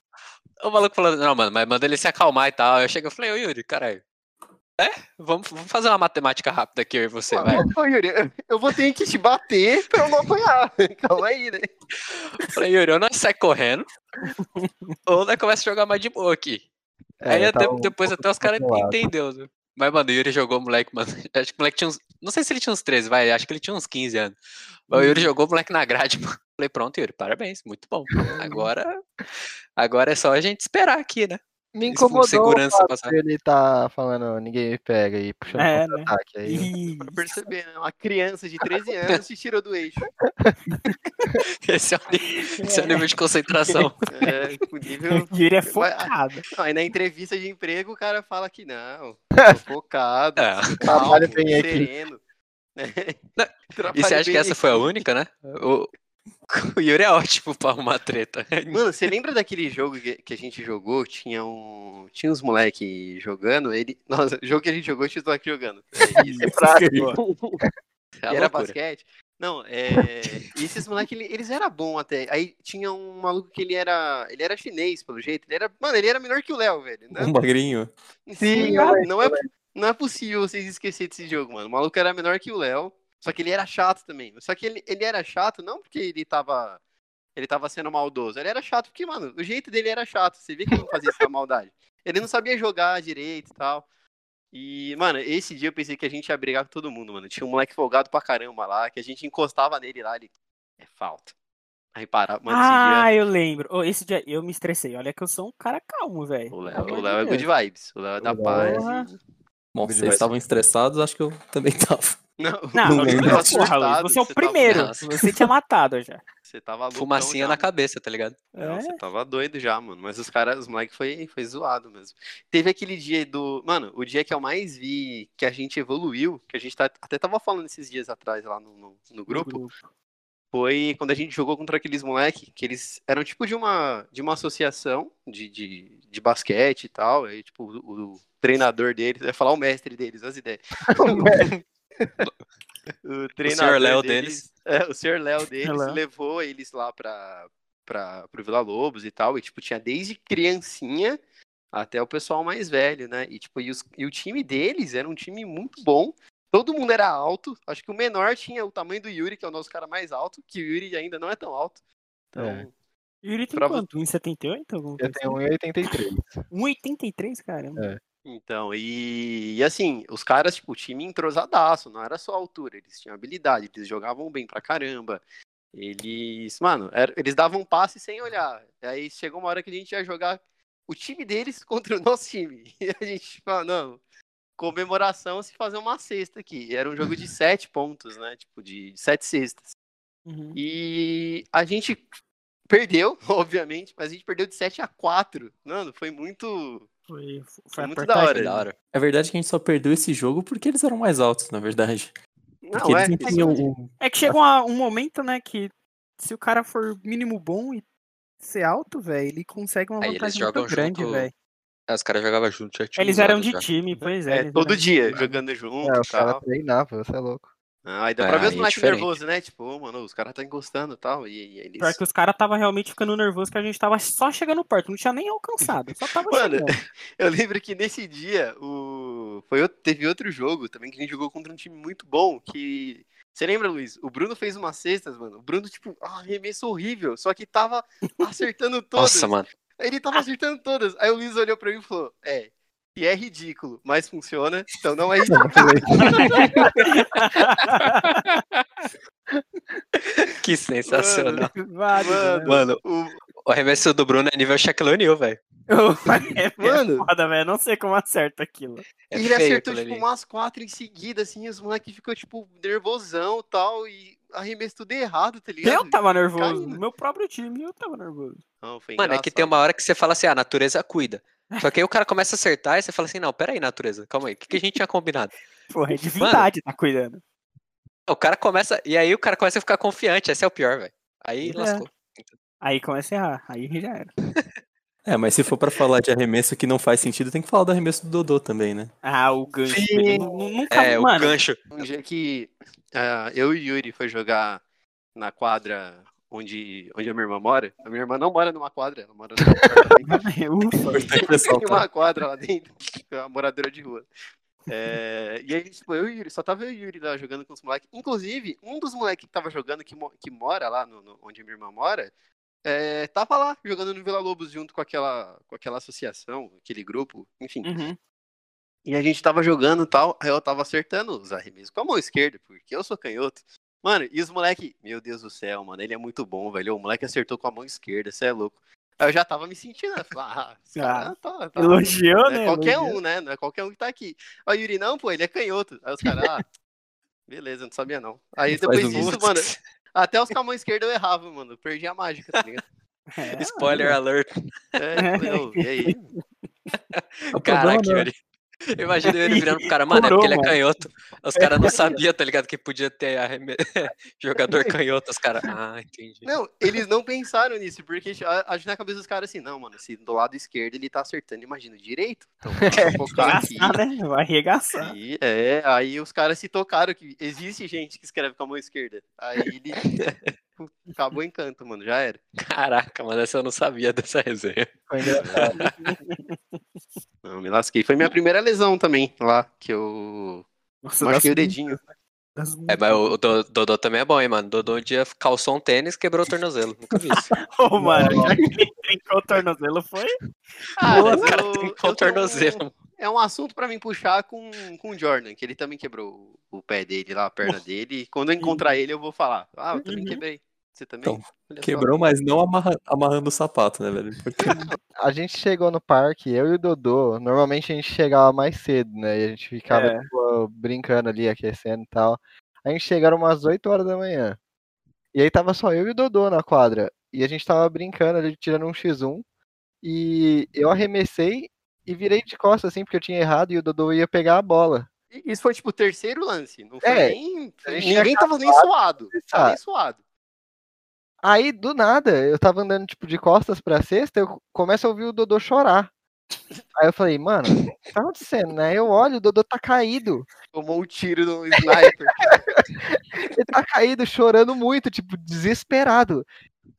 Speaker 3: O maluco falou, não, mano, mas manda ele se acalmar e tal. Aí eu cheguei e falei, ô Yuri, caralho. É? Vamos, vamos fazer uma matemática rápida aqui, eu e você, vai.
Speaker 1: Ô, Yuri, eu- eu vou ter que te bater pra eu não apanhar. Calma aí, né?
Speaker 3: Eu falei, Yuri, ou nós sai correndo, ou nós começa a jogar mais de boa aqui.
Speaker 2: É,
Speaker 3: aí
Speaker 2: eu
Speaker 3: até-
Speaker 2: tava um
Speaker 3: depois
Speaker 2: pouco
Speaker 3: até os caras
Speaker 2: descontrolado.
Speaker 3: entenderam. né? Mas, mano, o Yuri jogou o moleque, mano. Acho que o moleque tinha uns. Não sei se ele tinha uns 13, vai. Acho que ele tinha uns 15 anos. Mas o Yuri
Speaker 2: Uhum.
Speaker 3: jogou o moleque na grade, mano. Falei, pronto, Yuri, parabéns, muito bom. Agora. Agora é só a gente esperar aqui, né?
Speaker 2: Me incomodou
Speaker 3: segurança
Speaker 2: o fato
Speaker 3: passar.
Speaker 2: de ele tá falando ninguém me pega e puxando
Speaker 4: É,
Speaker 2: contra-ataque. Aí
Speaker 4: Ih,
Speaker 1: Pra perceber, né? Uma criança de 13 anos se tirou do eixo.
Speaker 3: Esse é o, ni- esse é o nível de concentração.
Speaker 1: É, o nível.
Speaker 4: e ele é
Speaker 1: Vai- ah,
Speaker 4: focado.
Speaker 1: Não, aí na entrevista de emprego o cara fala que não. Tô focado,
Speaker 3: É.
Speaker 1: calmo,
Speaker 2: Trabalho bem aqui.
Speaker 1: sereno. né?
Speaker 3: Não, E
Speaker 1: Trabalho
Speaker 3: você acha que
Speaker 1: bem
Speaker 3: essa foi a única, né? O, o Yuri é ótimo pra arrumar treta.
Speaker 1: Mano, você lembra daquele jogo que que a gente jogou? Tinha um. Tinha uns moleque jogando. Ele... Nossa, o jogo que a gente jogou, tinha os moleques jogando. É isso.
Speaker 3: É a
Speaker 1: E era
Speaker 3: loucura.
Speaker 1: basquete. Não, é. E esses moleques, eles eram bons até. Aí tinha um maluco que ele era. Ele era chinês, pelo jeito. Ele era. Mano, ele era menor que o Léo, velho. Não,
Speaker 5: Um magrinho.
Speaker 1: Sim,
Speaker 2: eu
Speaker 1: não, é, não é possível vocês esquecerem desse jogo, mano. O maluco era menor que o Léo. Só que ele era chato também. Só que ele, ele era chato não porque ele tava. Ele tava sendo maldoso. Ele era chato porque, mano, o jeito dele era chato. Você vê que ele não fazia isso na maldade. Ele não sabia jogar direito e tal. E, mano, esse dia eu pensei que a gente ia brigar com todo mundo, mano. Tinha um moleque folgado pra caramba lá, que a gente encostava nele lá, ele. É falta. Aí parava, mano,
Speaker 4: Ah, eu lembro. Ô, esse dia eu me estressei. Olha que eu sou um cara calmo,
Speaker 1: esse dia.
Speaker 4: velho.
Speaker 1: O Léo,
Speaker 4: Pelo
Speaker 1: o
Speaker 4: amor
Speaker 1: Léo é
Speaker 4: de
Speaker 1: good
Speaker 4: Deus.
Speaker 1: vibes. O Léo é da
Speaker 5: Porra.
Speaker 1: paz.
Speaker 5: Bom,
Speaker 2: Good
Speaker 5: vocês
Speaker 2: vibes.
Speaker 5: estavam estressados, acho que eu também tava.
Speaker 1: Não,
Speaker 4: Não,
Speaker 5: Não
Speaker 4: não,
Speaker 5: lembro.
Speaker 4: não, porra, Luiz,
Speaker 1: Assustado,
Speaker 4: você é o
Speaker 1: você tá-
Speaker 4: primeiro.
Speaker 3: Nossa.
Speaker 4: Você tinha matado já.
Speaker 1: Você tava loucão
Speaker 3: Fumacinha
Speaker 1: já,
Speaker 3: na
Speaker 1: mano.
Speaker 3: cabeça, tá ligado?
Speaker 1: Não,
Speaker 4: É.
Speaker 1: Você tava doido já, mano. Mas os caras, os moleques foi, foi zoado mesmo. Teve aquele dia do. Mano, o dia que eu mais vi que a gente evoluiu, que a gente tá- até tava falando esses dias atrás lá no, no- no grupo, foi quando a gente jogou contra aqueles moleques, que eles eram tipo de uma, de uma associação de, de, de basquete e tal. Aí, tipo, o, o treinador deles, eu ia falar o mestre deles, as ideias. o treinador
Speaker 3: senhor Léo
Speaker 1: deles, é, o senhor Léo deles
Speaker 4: Léo.
Speaker 1: levou eles lá pra, pra, pro Vila Lobos e tal, e tipo, tinha desde criancinha até o pessoal mais velho, né, e tipo, e, os- e o time deles era um time muito bom, todo mundo era alto, acho que o menor tinha o tamanho do Yuri, que é o nosso cara mais alto, que o Yuri ainda não é tão alto, então...
Speaker 2: É.
Speaker 4: Yuri tem
Speaker 1: Pra- É.
Speaker 4: quanto? 1,78? Alguma
Speaker 2: eu
Speaker 4: coisa
Speaker 2: tenho 1,83.
Speaker 4: assim? 1,83, caramba.
Speaker 1: Então, e, e assim, os caras, tipo, o time entrosadaço, não era só altura, eles tinham habilidade, eles jogavam bem pra caramba. Eles, mano, era- eles davam passe sem olhar. Aí chegou uma hora que a gente ia jogar o time deles contra o nosso time. E a gente falou, não, comemoração é se fazer uma cesta aqui. Era um jogo de sete pontos, né? Tipo, de sete cestas.
Speaker 4: Uhum.
Speaker 1: E a gente perdeu, obviamente, mas a gente perdeu de 7 a 4. Mano, foi muito.
Speaker 4: Foi, foi,
Speaker 1: Foi muito
Speaker 4: apertado.
Speaker 1: da hora.
Speaker 3: Foi da hora.
Speaker 5: É verdade que a gente só perdeu esse jogo porque eles eram mais altos, na verdade. Porque
Speaker 1: Não,
Speaker 5: eles
Speaker 1: é,
Speaker 5: não tinham um-
Speaker 4: É que chega uma- um momento, né, que se o cara for mínimo bom e ser alto, velho, ele consegue uma
Speaker 3: Aí eles
Speaker 4: vantagem
Speaker 3: jogam
Speaker 4: muito grande,
Speaker 3: junto,
Speaker 4: velho.
Speaker 3: É, Os caras jogavam junto, já tinha
Speaker 4: Eles
Speaker 3: uns
Speaker 4: eram
Speaker 3: anos
Speaker 4: de
Speaker 3: já.
Speaker 4: time, pois é.
Speaker 1: É,
Speaker 4: eles
Speaker 1: todo
Speaker 4: eram-
Speaker 1: dia, jogando junto
Speaker 2: É,
Speaker 1: e
Speaker 2: os caras
Speaker 3: tá.
Speaker 1: tal.
Speaker 2: treinavam, você é louco.
Speaker 1: Ah, e dá
Speaker 3: É,
Speaker 1: pra ver
Speaker 3: aí
Speaker 1: os
Speaker 3: é
Speaker 1: moleques
Speaker 3: diferente.
Speaker 1: nervosos, né? Tipo, ô, mano, os caras tá encostando e tal. E, e eles.
Speaker 4: Pior que os caras tava realmente ficando nervoso que a gente tava só chegando perto, não tinha nem alcançado, só tava
Speaker 1: Mano,
Speaker 4: chegando.
Speaker 1: eu lembro que nesse dia o... Foi outro- teve outro jogo também que a gente jogou contra um time muito bom. Que. Você lembra, Luiz? O Bruno fez umas cestas, mano. O Bruno, tipo, ah, arremesso horrível. Só que tava acertando todas.
Speaker 3: Nossa, mano.
Speaker 1: Ele tava acertando todas. Aí o Luiz olhou pra mim e falou: É, se é ridículo, mas funciona, então não é ridículo.
Speaker 3: Que sensacional.
Speaker 4: Vários,
Speaker 1: Mano,
Speaker 3: Mano,
Speaker 1: O-
Speaker 3: o arremesso do Bruno é nível Shaquille O'Neal, velho.
Speaker 4: né?
Speaker 1: Mano.
Speaker 4: Mano, é foda, velho, eu não sei como acerta aquilo.
Speaker 3: É
Speaker 1: e ele
Speaker 3: feio
Speaker 1: acertou,
Speaker 3: aquilo
Speaker 1: tipo,
Speaker 3: ali.
Speaker 1: umas quatro em seguida, assim, e os moleques ficou, tipo, nervosão e tal, e arremesso tudo errado, tá ligado?
Speaker 4: Eu tava nervoso,
Speaker 1: Caindo.
Speaker 4: meu próprio time, eu tava nervoso.
Speaker 1: Não, foi
Speaker 3: Mano, é que
Speaker 1: engraçado.
Speaker 3: tem uma hora que você fala assim, ah, a natureza cuida. Só que aí o cara começa a acertar e você fala assim, não, peraí, natureza, calma aí, o que, que a gente tinha combinado?
Speaker 4: Porra, é divindade tá cuidando.
Speaker 3: O cara começa, e aí o cara começa a ficar confiante, esse é o pior, velho. Aí
Speaker 4: É.
Speaker 3: lascou.
Speaker 4: Aí começa a errar, aí já era.
Speaker 5: É, mas se for pra falar de arremesso que não faz sentido, tem que falar do arremesso do Dodô também, né?
Speaker 4: Ah, o gancho.
Speaker 2: Sim.
Speaker 4: velho, nu- nu- Nunca,
Speaker 3: É, o
Speaker 4: mano,
Speaker 3: gancho.
Speaker 1: Um dia que ah, eu e o Yuri foi jogar na quadra onde, onde a minha irmã mora. A minha irmã não mora numa quadra, ela mora numa quadra.
Speaker 4: Ufa.
Speaker 5: Importante ressaltar.
Speaker 1: Tem uma quadra lá dentro, é uma moradora de rua. É, e aí, tipo, eu e o Yuri, só tava eu e o Yuri lá jogando com os moleques. Inclusive, um dos moleques que tava jogando, que, mo- que mora lá no, no- onde minha irmã mora, é, tava lá jogando no Vila Lobos junto com aquela, com aquela associação, aquele grupo, enfim.
Speaker 4: Uhum.
Speaker 1: E a gente tava jogando e tal, aí eu tava acertando os arremessos com a mão esquerda, porque eu sou canhoto. Mano, e os moleque, meu Deus do céu, mano, ele é muito bom, velho. O moleque acertou com a mão esquerda, você é louco. Aí eu já tava me sentindo, né? Falei, ah, esse cara tá, tá-
Speaker 4: Elogiou,
Speaker 1: não
Speaker 4: né?
Speaker 1: é qualquer
Speaker 4: Elogiou.
Speaker 1: um, né? Não é qualquer um que tá aqui. Aí o Yuri, não, pô, ele é canhoto. Aí os caras, ah, beleza, não sabia não. Aí
Speaker 5: Ele faz
Speaker 1: depois
Speaker 5: o
Speaker 1: disso, mano, até os com a mão esquerda eu errava, mano. Eu perdi a mágica, tá ligado?
Speaker 4: É,
Speaker 3: Spoiler alert.
Speaker 1: É, eu falei, ô, e aí?
Speaker 5: O problema
Speaker 3: Caraca,
Speaker 5: não é-
Speaker 3: Yuri. Imagina ele virando pro cara, mano, é
Speaker 4: Curou,
Speaker 3: porque ele é
Speaker 4: mano.
Speaker 3: canhoto. Os caras não sabiam, tá ligado? Que podia ter arreme- jogador canhoto. Os caras, ah, entendi.
Speaker 1: Não, eles não pensaram nisso, porque a- acho que na cabeça dos caras assim, não, mano, se do lado esquerdo ele tá acertando, imagina o direito. Então, deixa eu focar aqui.
Speaker 4: Arregaçar, né? Vai arregaçar.
Speaker 1: E, é, aí os caras se tocaram que existe gente que escreve com a mão esquerda. Aí ele acabou o encanto, mano, já era.
Speaker 3: Caraca, mano, essa eu não sabia dessa resenha.
Speaker 2: Foi engraçado.
Speaker 1: Não, me lasquei. Foi minha primeira lesão também lá, que eu
Speaker 4: Nossa,
Speaker 1: machuquei o
Speaker 4: das-
Speaker 1: dedinho.
Speaker 4: das-
Speaker 3: É, mas o Do- Dodô também é bom, hein, mano. Dodô um dia calçou um tênis, quebrou o tornozelo. Nunca vi isso.
Speaker 4: Ô, mano, já que ele trincou o tornozelo, foi?
Speaker 1: Ah,
Speaker 3: Pô,
Speaker 1: mas
Speaker 3: o cara
Speaker 1: eu- eu
Speaker 3: trincou o
Speaker 1: tenho um-
Speaker 3: tornozelo.
Speaker 1: É um assunto pra mim puxar com, com o Jordan, que ele também quebrou o pé dele lá, a perna dele. E quando eu encontrar ele, eu vou falar. Ah, eu também
Speaker 4: Uhum.
Speaker 1: quebrei. Você também?
Speaker 5: Então,
Speaker 1: Olha só.
Speaker 5: Quebrou, mas não amarra- amarrando o sapato, né, velho? Porque
Speaker 2: A gente chegou no parque, eu e o Dodô. Normalmente a gente chegava mais cedo, né? E a gente ficava
Speaker 4: É.
Speaker 2: tipo, brincando ali, aquecendo e tal. A gente chegaram umas 8 horas da manhã. E aí tava só eu e o Dodô na quadra. E a gente tava brincando ali, tirando um X1. E eu arremessei e virei de costas, assim, porque eu tinha errado e o Dodô ia pegar a bola.
Speaker 1: E Isso foi tipo o terceiro lance. Não foi
Speaker 2: É,
Speaker 1: nem.
Speaker 2: a gente
Speaker 1: Ninguém
Speaker 2: tinha
Speaker 1: tava nem
Speaker 2: acabado Ah.
Speaker 1: suado. Tava nem suado.
Speaker 2: Aí, do nada, eu tava andando, tipo, de costas pra cesta, eu começo a ouvir o Dodô chorar. Aí eu falei, mano, o que tá acontecendo, né? Eu olho, o Dodô tá caído.
Speaker 1: Tomou um tiro no sniper.
Speaker 2: Ele tá caído, chorando muito, tipo, desesperado.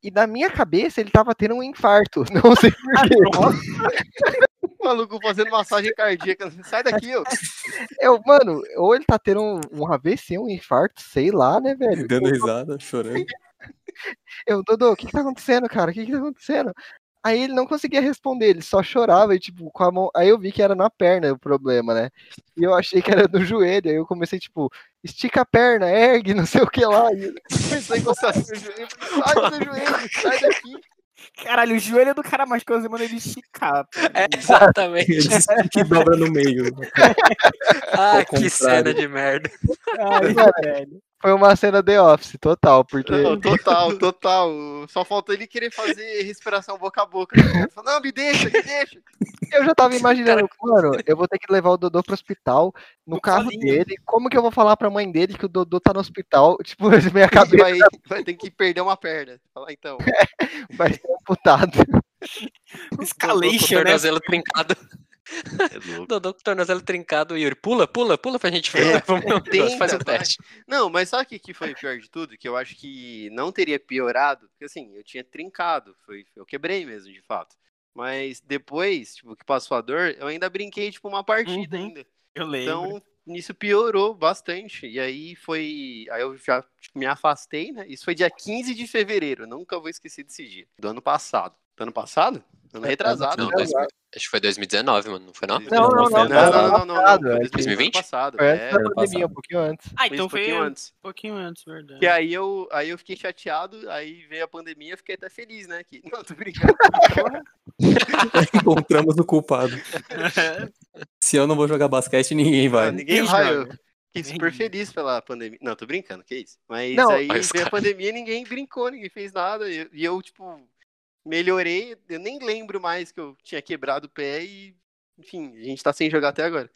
Speaker 2: E na minha cabeça, ele tava tendo um infarto. Não sei porquê.
Speaker 1: o maluco fazendo massagem cardíaca. Sai daqui, ô.
Speaker 2: Eu, mano, ou ele tá tendo um, um AVC, um infarto, sei lá, né, velho?
Speaker 5: dando risada, chorando.
Speaker 2: Eu, Dodô, o que que tá acontecendo, cara? O que que tá acontecendo? Aí ele não conseguia responder, ele só chorava e, tipo, com a mão. Aí eu vi que era na perna o problema, né? E eu achei que era no joelho. Aí eu comecei, tipo, estica a perna, ergue, não sei o que lá. E
Speaker 1: Começou a encostar no meu joelho. Sai do meu joelho, sai daqui.
Speaker 4: Caralho, o joelho do cara machucou, você manda ele esticar. pô.
Speaker 3: É, exatamente.
Speaker 5: Eles que dobra no meio.
Speaker 3: Ah, que
Speaker 5: contrário.
Speaker 3: cena de merda.
Speaker 4: Ai,
Speaker 2: Mano,
Speaker 4: velho.
Speaker 2: foi uma cena The Office, total, porque.
Speaker 1: Não, total, total. Só faltou ele querer fazer respiração boca a boca. tá ligado? Falou, Não, me deixa, me deixa.
Speaker 2: Eu já tava imaginando, mano, eu vou ter que levar o Dodô pro hospital no
Speaker 4: No
Speaker 2: carro
Speaker 4: colinho.
Speaker 2: dele. Como que eu vou falar pra mãe dele que o Dodô tá no hospital? Tipo, minha cabeça
Speaker 1: Vai, vai ter que perder uma perna. Falar, então.
Speaker 2: vai ser amputada. né,
Speaker 3: Dodô com
Speaker 4: Escalation,
Speaker 3: o
Speaker 4: né?
Speaker 3: tornozelo trincado.
Speaker 1: É louco.
Speaker 3: Dodô com o tornozelo trincado. Yuri, pula, pula, pula pra gente
Speaker 1: É,
Speaker 3: ver. Vamos,
Speaker 1: tenta,
Speaker 3: faz o
Speaker 1: vai.
Speaker 3: teste.
Speaker 1: Não, mas sabe o que, que foi o pior de tudo? Que eu acho que não teria piorado, porque assim, eu tinha trincado, foi, eu quebrei mesmo, de fato. Mas depois, tipo, que passou a dor, eu ainda brinquei, tipo, uma partida
Speaker 4: Uhum.
Speaker 1: ainda.
Speaker 4: Eu lembro.
Speaker 1: Então, isso piorou bastante. E aí foi. Aí eu já tipo, me afastei, né? Isso foi dia 15 de fevereiro. eu Nunca vou esquecer desse dia. Do ano passado. Do ano passado? Ano
Speaker 2: É,
Speaker 1: retrasado.
Speaker 3: Não,
Speaker 1: né?
Speaker 3: dois- acho que foi 2019, mano. Não foi, não?
Speaker 2: Não,
Speaker 1: Não,
Speaker 2: não, não,
Speaker 1: não,
Speaker 2: não,
Speaker 1: não, não, não,
Speaker 2: passado,
Speaker 1: foi
Speaker 2: é.
Speaker 1: 2020? Ano passado.
Speaker 2: Foi antes
Speaker 1: É,
Speaker 2: da
Speaker 5: ano
Speaker 2: pandemia,
Speaker 5: passado.
Speaker 2: um pouquinho antes.
Speaker 1: foi
Speaker 4: Ah, então
Speaker 1: um pouquinho
Speaker 4: foi um
Speaker 1: antes.
Speaker 4: pouquinho antes, verdade.
Speaker 1: E aí eu, aí eu fiquei chateado, aí veio a pandemia, eu fiquei até feliz, né? Que... Não, tô brincando.
Speaker 5: Encontramos o culpado. Se eu não vou jogar basquete, ninguém
Speaker 1: Não,
Speaker 5: vai.
Speaker 1: ninguém
Speaker 4: Ninguém
Speaker 1: vai. Eu
Speaker 4: joga.
Speaker 1: fiquei super feliz pela pandemia. Não, tô brincando, que isso. Mas
Speaker 2: Não,
Speaker 1: aí
Speaker 3: mas,
Speaker 1: veio a
Speaker 3: cara.
Speaker 1: pandemia, ninguém brincou, ninguém fez nada. E eu- e eu, tipo, melhorei. Eu nem lembro mais que eu tinha quebrado o pé e. Enfim, a gente tá sem jogar até agora.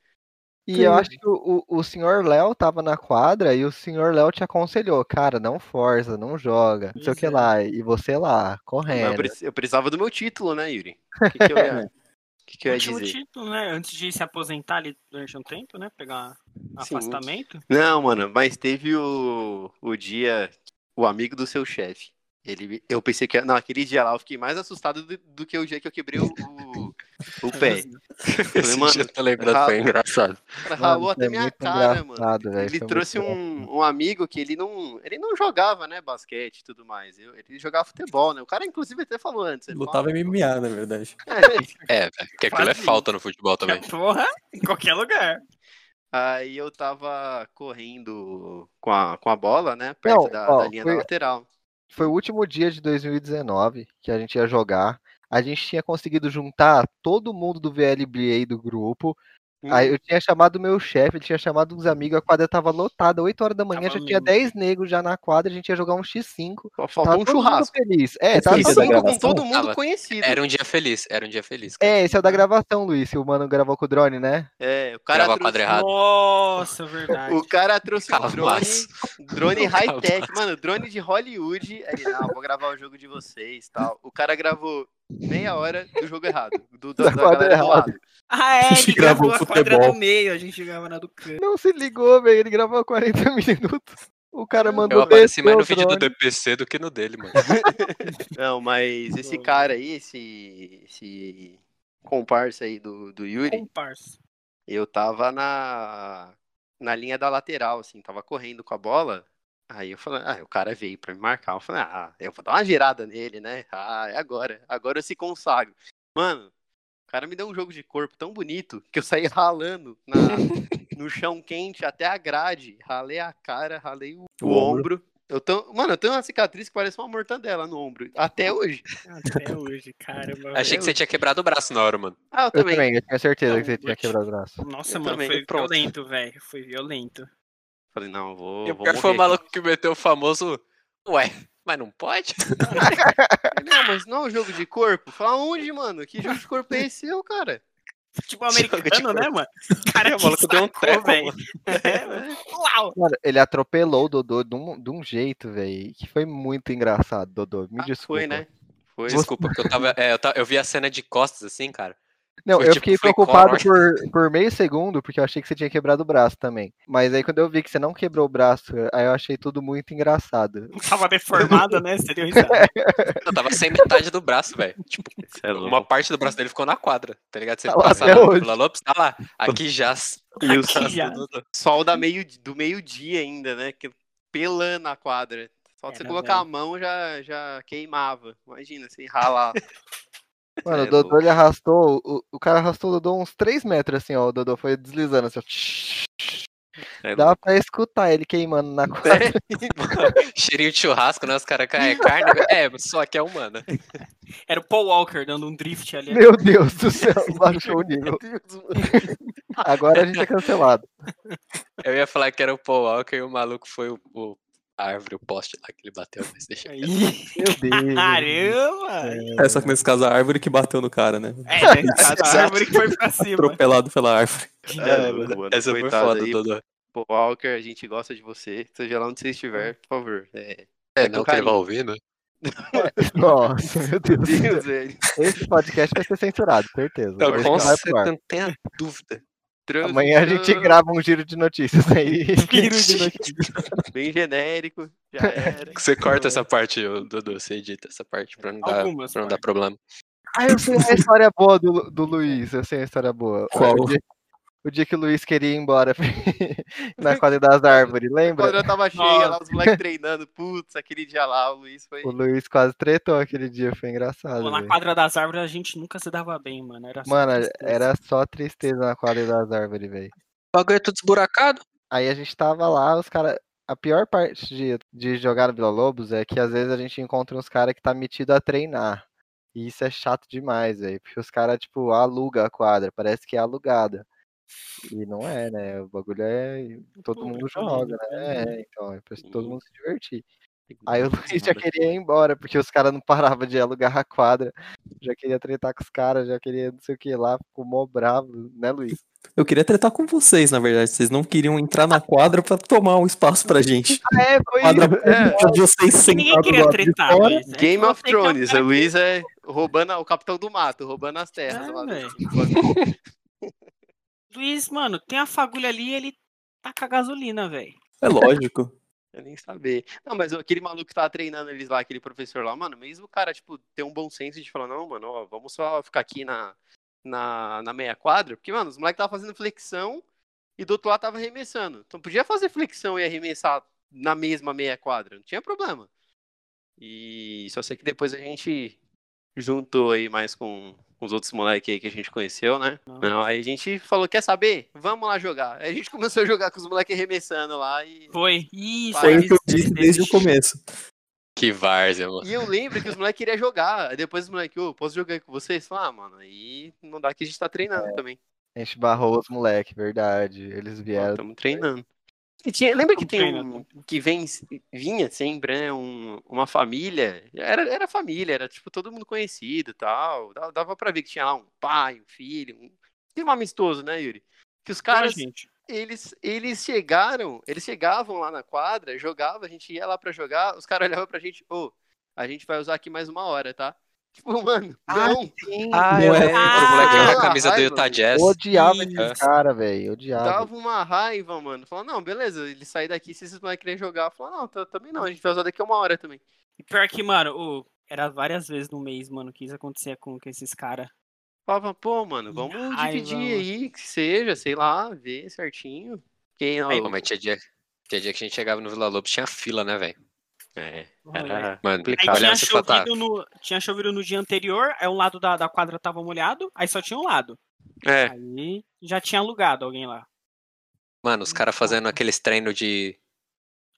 Speaker 2: E eu acho que o, o o senhor Léo tava na quadra e o senhor Léo te aconselhou, cara, não força, não joga, não sei o
Speaker 4: Pois
Speaker 2: que
Speaker 4: é.
Speaker 2: lá. E você lá,
Speaker 1: Mas Eu,
Speaker 2: correndo.
Speaker 1: preci- eu precisava do meu título, né, Yuri? O que, que eu ia, o que que eu ia
Speaker 4: Último
Speaker 1: dizer?
Speaker 4: título, né? Antes de se aposentar ali durante um tempo, né? Pegar
Speaker 1: Sim.
Speaker 4: afastamento.
Speaker 1: Não, mano, mas teve o, o dia, o amigo do seu chefe. Ele, eu pensei que. Não, aquele dia lá eu fiquei mais assustado do, do que o dia que eu quebrei o, o, o pé. Falei,
Speaker 3: Esse
Speaker 1: mano,
Speaker 3: dia eu tô lembrando, foi engraçado.
Speaker 1: o cara
Speaker 2: Mano,
Speaker 1: ralou
Speaker 2: isso é
Speaker 1: até minha
Speaker 2: muito
Speaker 1: cara, mano.
Speaker 2: engraçado, velho,
Speaker 1: Ele
Speaker 2: foi
Speaker 1: trouxe
Speaker 2: muito
Speaker 1: um, um amigo que ele não. Ele não jogava, né, basquete e tudo mais. Eu- Ele jogava futebol, né? O cara, inclusive, até falou antes. ele falou, "Ah,
Speaker 5: Lutava MMA, na verdade.
Speaker 3: É, velho, porque aquilo é
Speaker 4: Quase.
Speaker 3: falta no futebol também.
Speaker 4: Porra, em qualquer lugar.
Speaker 1: Aí eu tava correndo com a, com a bola, né? Perto
Speaker 2: Não,
Speaker 1: da,
Speaker 2: ó,
Speaker 1: da linha da
Speaker 2: foi-
Speaker 1: lateral.
Speaker 2: Foi o último dia de 2019 que a gente ia jogar. a gente tinha conseguido juntar todo mundo do VLBA do grupo. Aí eu tinha chamado meu chefe, ele tinha chamado uns amigos, a quadra tava lotada, 8 horas da manhã,
Speaker 4: Tava
Speaker 2: já tinha
Speaker 4: mesmo.
Speaker 2: 10 negros já na quadra, a gente ia jogar um X5.
Speaker 1: Só
Speaker 2: Tava
Speaker 1: faltou um
Speaker 2: todo mundo
Speaker 1: churrasco.
Speaker 2: Feliz. É,
Speaker 5: Esse
Speaker 2: tava
Speaker 5: é o
Speaker 2: todo
Speaker 1: Cinco
Speaker 2: mundo-
Speaker 5: da
Speaker 1: com
Speaker 5: gravação?
Speaker 1: todo mundo
Speaker 3: Tava.
Speaker 1: conhecido.
Speaker 3: Era um dia feliz, era um dia feliz. cara.
Speaker 2: É, esse é o da gravação, Luiz, que o mano gravou com o drone, né?
Speaker 1: É, o cara
Speaker 3: Grava a
Speaker 1: trouxe,
Speaker 3: quadra errada.
Speaker 4: Nossa, verdade.
Speaker 1: o cara trouxe um drone,
Speaker 3: Cavaço.
Speaker 1: drone
Speaker 3: Cavaço.
Speaker 1: high-tech, mano, drone de Hollywood. Aí, não, vou gravar o jogo de vocês tal. O cara gravou meia hora do jogo errado, do, da,
Speaker 2: Da
Speaker 1: da
Speaker 2: quadra
Speaker 1: galera do
Speaker 2: errada.
Speaker 1: lado.
Speaker 4: Ah, é,
Speaker 5: A gente
Speaker 4: ele gravou
Speaker 5: gravou
Speaker 4: a quadra
Speaker 5: futebol.
Speaker 4: do meio, a gente gravava na do canto.
Speaker 2: Não se ligou, velho, ele gravou 40 minutos. O cara mandou
Speaker 3: Eu apareci
Speaker 2: descer
Speaker 3: mais
Speaker 2: o
Speaker 3: no vídeo do
Speaker 2: drone.
Speaker 3: DPC do que no dele, mano.
Speaker 1: Não, mas esse cara aí, esse, esse comparsa aí do, do Yuri,
Speaker 4: Comparsa.
Speaker 1: eu tava na, na linha da lateral, assim, tava correndo com a bola. Aí eu falei, ah, o cara veio pra me marcar. Eu falei, ah, eu vou dar uma girada nele, né? Ah, é agora. Agora eu se consagro. Mano, o cara me deu um jogo de corpo tão bonito que eu saí ralando na- no chão quente até a grade. Ralei a cara, ralei o,
Speaker 5: O
Speaker 1: o ombro. Eu tô, mano, eu tenho uma cicatriz que parece uma mortadela no ombro. Até hoje.
Speaker 4: Até hoje, caramba.
Speaker 3: Achei que você tinha quebrado o braço na hora, mano.
Speaker 1: Ah, eu
Speaker 2: Eu
Speaker 1: também.
Speaker 2: também, eu tinha certeza que
Speaker 4: Não,
Speaker 2: você tinha
Speaker 4: eu te-
Speaker 2: quebrado o braço.
Speaker 4: Nossa,
Speaker 1: Eu
Speaker 4: mano,
Speaker 1: também,
Speaker 4: foi
Speaker 3: pronto.
Speaker 4: violento, velho. Foi violento.
Speaker 1: Falei, não, eu vou.
Speaker 3: E o
Speaker 1: vou
Speaker 3: pior foi o
Speaker 1: morrer
Speaker 3: maluco que meteu o famoso. Ué, mas não pode?
Speaker 1: aqui." Não, mas não é um jogo de corpo? Fala onde, mano? Que jogo de corpo é esse seu, cara?
Speaker 4: Futebol
Speaker 3: Jogo de
Speaker 4: americano, né, mano? O cara
Speaker 3: O maluco deu um teco,
Speaker 4: velho.
Speaker 3: mano.
Speaker 4: É, mano. Uau!
Speaker 2: Mano, ele atropelou o Dodô de um, de um jeito, velho, que foi muito engraçado, Dodô. Me
Speaker 1: Ah,
Speaker 2: desculpa.
Speaker 1: Foi, né? Foi.
Speaker 3: Desculpa, porque eu tava. é, eu, ta- eu vi a cena de costas assim, cara.
Speaker 2: Não,
Speaker 3: Foi
Speaker 2: eu
Speaker 3: tipo
Speaker 2: fiquei
Speaker 3: free
Speaker 2: preocupado
Speaker 3: corner.
Speaker 2: por, por meio segundo, porque eu achei que você tinha quebrado o braço também. Mas aí quando eu vi que você não quebrou o braço, aí eu achei tudo muito engraçado.
Speaker 4: Tava deformado, né? Seria risada.
Speaker 3: Eu tava sem metade do braço, velho. Tipo,
Speaker 1: Você é
Speaker 3: uma parte do braço dele ficou na quadra, tá ligado? Você
Speaker 2: Tá lá
Speaker 3: passa
Speaker 2: até
Speaker 3: lá
Speaker 2: hoje.
Speaker 3: Vila Lopes, tá lá. Aqui jaz.
Speaker 1: E o
Speaker 3: tá
Speaker 4: Aqui já.
Speaker 1: sol da meio, do meio-dia ainda, né? Que pelando a quadra. Só
Speaker 3: É,
Speaker 1: de você
Speaker 4: Era,
Speaker 1: colocar
Speaker 4: velho.
Speaker 1: a mão já, já queimava. Imagina, você ralar.
Speaker 2: Mano,
Speaker 1: É,
Speaker 2: o Dodô
Speaker 1: louco.
Speaker 2: ele arrastou, o, o cara arrastou o Dodô uns 3 metros assim, ó. O Dodô foi deslizando assim, ó.
Speaker 1: É
Speaker 2: Dá pra escutar ele queimando na quadra.
Speaker 3: Cheirinho de churrasco, né? Os caras caem. É carne? É, só que é humana.
Speaker 4: Era o Paul Walker dando um drift ali.
Speaker 2: Meu Deus do céu, baixou o nível. Agora a gente é cancelado.
Speaker 3: Eu ia falar que era o Paul Walker e o maluco foi o. o- a árvore, o poste lá que ele bateu, mas deixa eu
Speaker 4: Ih,
Speaker 2: Meu Deus.
Speaker 4: Caramba!
Speaker 5: É, só que nesse caso a árvore que bateu no cara, né?
Speaker 4: É, né? a árvore que foi pra cima.
Speaker 5: Atropelado pela árvore.
Speaker 3: É,
Speaker 2: É,
Speaker 1: louco, Ah, mano.
Speaker 3: Essa foi
Speaker 1: Coitado
Speaker 3: foda,
Speaker 1: aí,
Speaker 3: Dodô.
Speaker 1: Pô, Walker, a gente gosta de você. Seja lá onde você estiver, por favor. É.
Speaker 3: É,
Speaker 1: com
Speaker 3: não que ele vai
Speaker 1: carinho.
Speaker 3: ouvir, né?
Speaker 2: Nossa, meu Deus. do céu.
Speaker 1: Deus, ele.
Speaker 2: Esse podcast vai ser censurado, certeza.
Speaker 3: Não,
Speaker 2: Hoje
Speaker 3: com
Speaker 2: não vai pro ar.
Speaker 3: certeza, não tenha dúvida.
Speaker 2: Amanhã a gente
Speaker 1: Transição.
Speaker 2: grava um giro de notícias aí.
Speaker 4: Giro de
Speaker 1: Bem genérico, já era.
Speaker 3: Você corta essa parte, ô, Dudu, você edita essa parte pra não dar,
Speaker 4: Algumas
Speaker 3: pra não dar problema.
Speaker 2: Ah, eu sei uma história boa do, do Luiz. Eu sei uma história boa.
Speaker 5: Qual?
Speaker 2: O dia, o dia que o Luiz queria ir embora na quadra das árvores,
Speaker 1: A
Speaker 2: lembra?
Speaker 1: quadra tava cheia lá, os moleques treinando. Putz, aquele dia lá, o Luiz foi.
Speaker 2: O Luiz quase tretou aquele dia, foi engraçado.
Speaker 4: Pô, na
Speaker 2: velho.
Speaker 4: quadra das árvores a gente nunca se dava bem, mano. Era só
Speaker 2: Mano,
Speaker 4: tristeza.
Speaker 2: era só tristeza na quadra das árvores, velho.
Speaker 3: O bagulho é tudo esburacado.
Speaker 2: Aí a gente tava lá, os caras. A pior parte de, de jogar no Vila Lobos é que às vezes a gente encontra uns caras que tá metido a treinar. E isso é chato demais, velho. Porque os caras, tipo, aluga a quadra, parece que é alugada. E não é, né? O bagulho é. Todo
Speaker 4: Público,
Speaker 2: mundo joga, né? É, então, é pra todo
Speaker 1: Sim.
Speaker 2: mundo se divertir. Aí o Luiz já
Speaker 1: Nada.
Speaker 2: queria ir embora, porque os caras não paravam de alugar a quadra. Já queria tretar com os caras, já queria não sei o que lá, ficou mó bravo, né, Luiz?
Speaker 5: Eu queria tretar com vocês, na verdade. Vocês não queriam entrar na quadra pra tomar um espaço pra gente.
Speaker 2: É, foi
Speaker 5: Quadra
Speaker 2: isso.
Speaker 5: pública de vocês
Speaker 4: Ninguém
Speaker 5: sentados
Speaker 4: queria
Speaker 5: lá de
Speaker 4: tretar,
Speaker 5: fora.
Speaker 4: Luiz. É que
Speaker 1: Game of
Speaker 4: você que é um
Speaker 1: Thrones,
Speaker 4: cara
Speaker 1: o Luiz é roubando o capitão do mato, roubando as terras.
Speaker 4: É,
Speaker 1: lá do-
Speaker 4: velho.
Speaker 1: do-
Speaker 4: que- Luiz, mano, tem a fagulha ali ele taca gasolina, velho.
Speaker 5: É lógico.
Speaker 1: Eu nem saber. Não, mas aquele maluco que tava treinando eles lá, aquele professor lá, mano, mesmo o cara, tipo, ter um bom senso de falar, não, mano, ó, vamos só ficar aqui na, na, na meia quadra, porque, mano, os moleques tava fazendo flexão e do outro lado tava arremessando. Então podia fazer flexão e arremessar na mesma meia quadra, não tinha problema. E só sei que depois a gente juntou aí mais com, com os outros moleques aí que a gente conheceu, né? Não, aí a gente falou, quer saber? Vamos lá jogar. Aí a gente começou a jogar com os moleques arremessando lá e.
Speaker 4: Foi. Isso, é
Speaker 1: Foi
Speaker 5: Foi o que eu
Speaker 4: isso,
Speaker 5: disse
Speaker 4: isso,
Speaker 5: desde o
Speaker 4: isso.
Speaker 5: começo.
Speaker 3: Que várzea, mano.
Speaker 1: E eu lembro que os moleques queriam jogar. Aí Depois os moleques, ô, posso jogar com vocês? Falaram, ah, mano, aí não dá que a gente tá treinando também.
Speaker 2: A gente barrou os moleque, verdade. Eles vieram.
Speaker 1: Estamos treinando. E tinha- lembra que
Speaker 4: Tamo
Speaker 1: tem um,
Speaker 4: treinando.
Speaker 1: que vem, vinha sempre, né? um- uma família. Era, era família, era tipo todo mundo conhecido e tal. Dava, dava pra ver que tinha lá um pai, um filho. Um... Tem um amistoso, né, Yuri? Que os caras,
Speaker 4: Então, gente.
Speaker 1: eles, eles chegaram, eles chegavam lá na quadra, jogavam, a gente ia lá pra jogar, os caras olhavam pra gente, ô, a gente vai usar aqui mais uma hora, tá? Tipo, mano,
Speaker 2: Ah,
Speaker 1: não,
Speaker 2: Ah,
Speaker 5: Não é.
Speaker 3: O moleque
Speaker 1: Ah,
Speaker 3: joga a camisa do
Speaker 1: raiva.
Speaker 3: Utah Jazz.
Speaker 2: Odiava
Speaker 3: Ih.
Speaker 2: esses caras, velho. Odiava.
Speaker 1: dava uma raiva, mano. Falava, não, beleza, ele sai daqui, se esses moleques querem jogar, falava, não, tá- também não, a gente vai usar daqui a uma hora também.
Speaker 4: E pior que, mano, ô, era várias vezes no mês, mano, que isso acontecia com, com esses caras.
Speaker 1: Falava, pô, mano, vamos
Speaker 4: Raiva,
Speaker 1: dividir
Speaker 4: mano.
Speaker 1: aí, que seja, sei lá, ver certinho. Quem, ó,
Speaker 3: Aí, como é, tinha dia, tinha dia que a gente chegava no Vila Lobos, tinha fila, né, velho?
Speaker 1: é,
Speaker 4: Aí
Speaker 1: era
Speaker 3: Mano,
Speaker 1: complicado.
Speaker 3: olha
Speaker 4: tinha
Speaker 5: tá
Speaker 3: essa foto.
Speaker 4: chovido, no, tinha chovido no dia anterior, aí um lado da, da quadra tava molhado, aí só tinha um lado.
Speaker 1: É.
Speaker 4: Aí já tinha alugado alguém lá.
Speaker 3: Mano, os caras fazendo aqueles treinos de.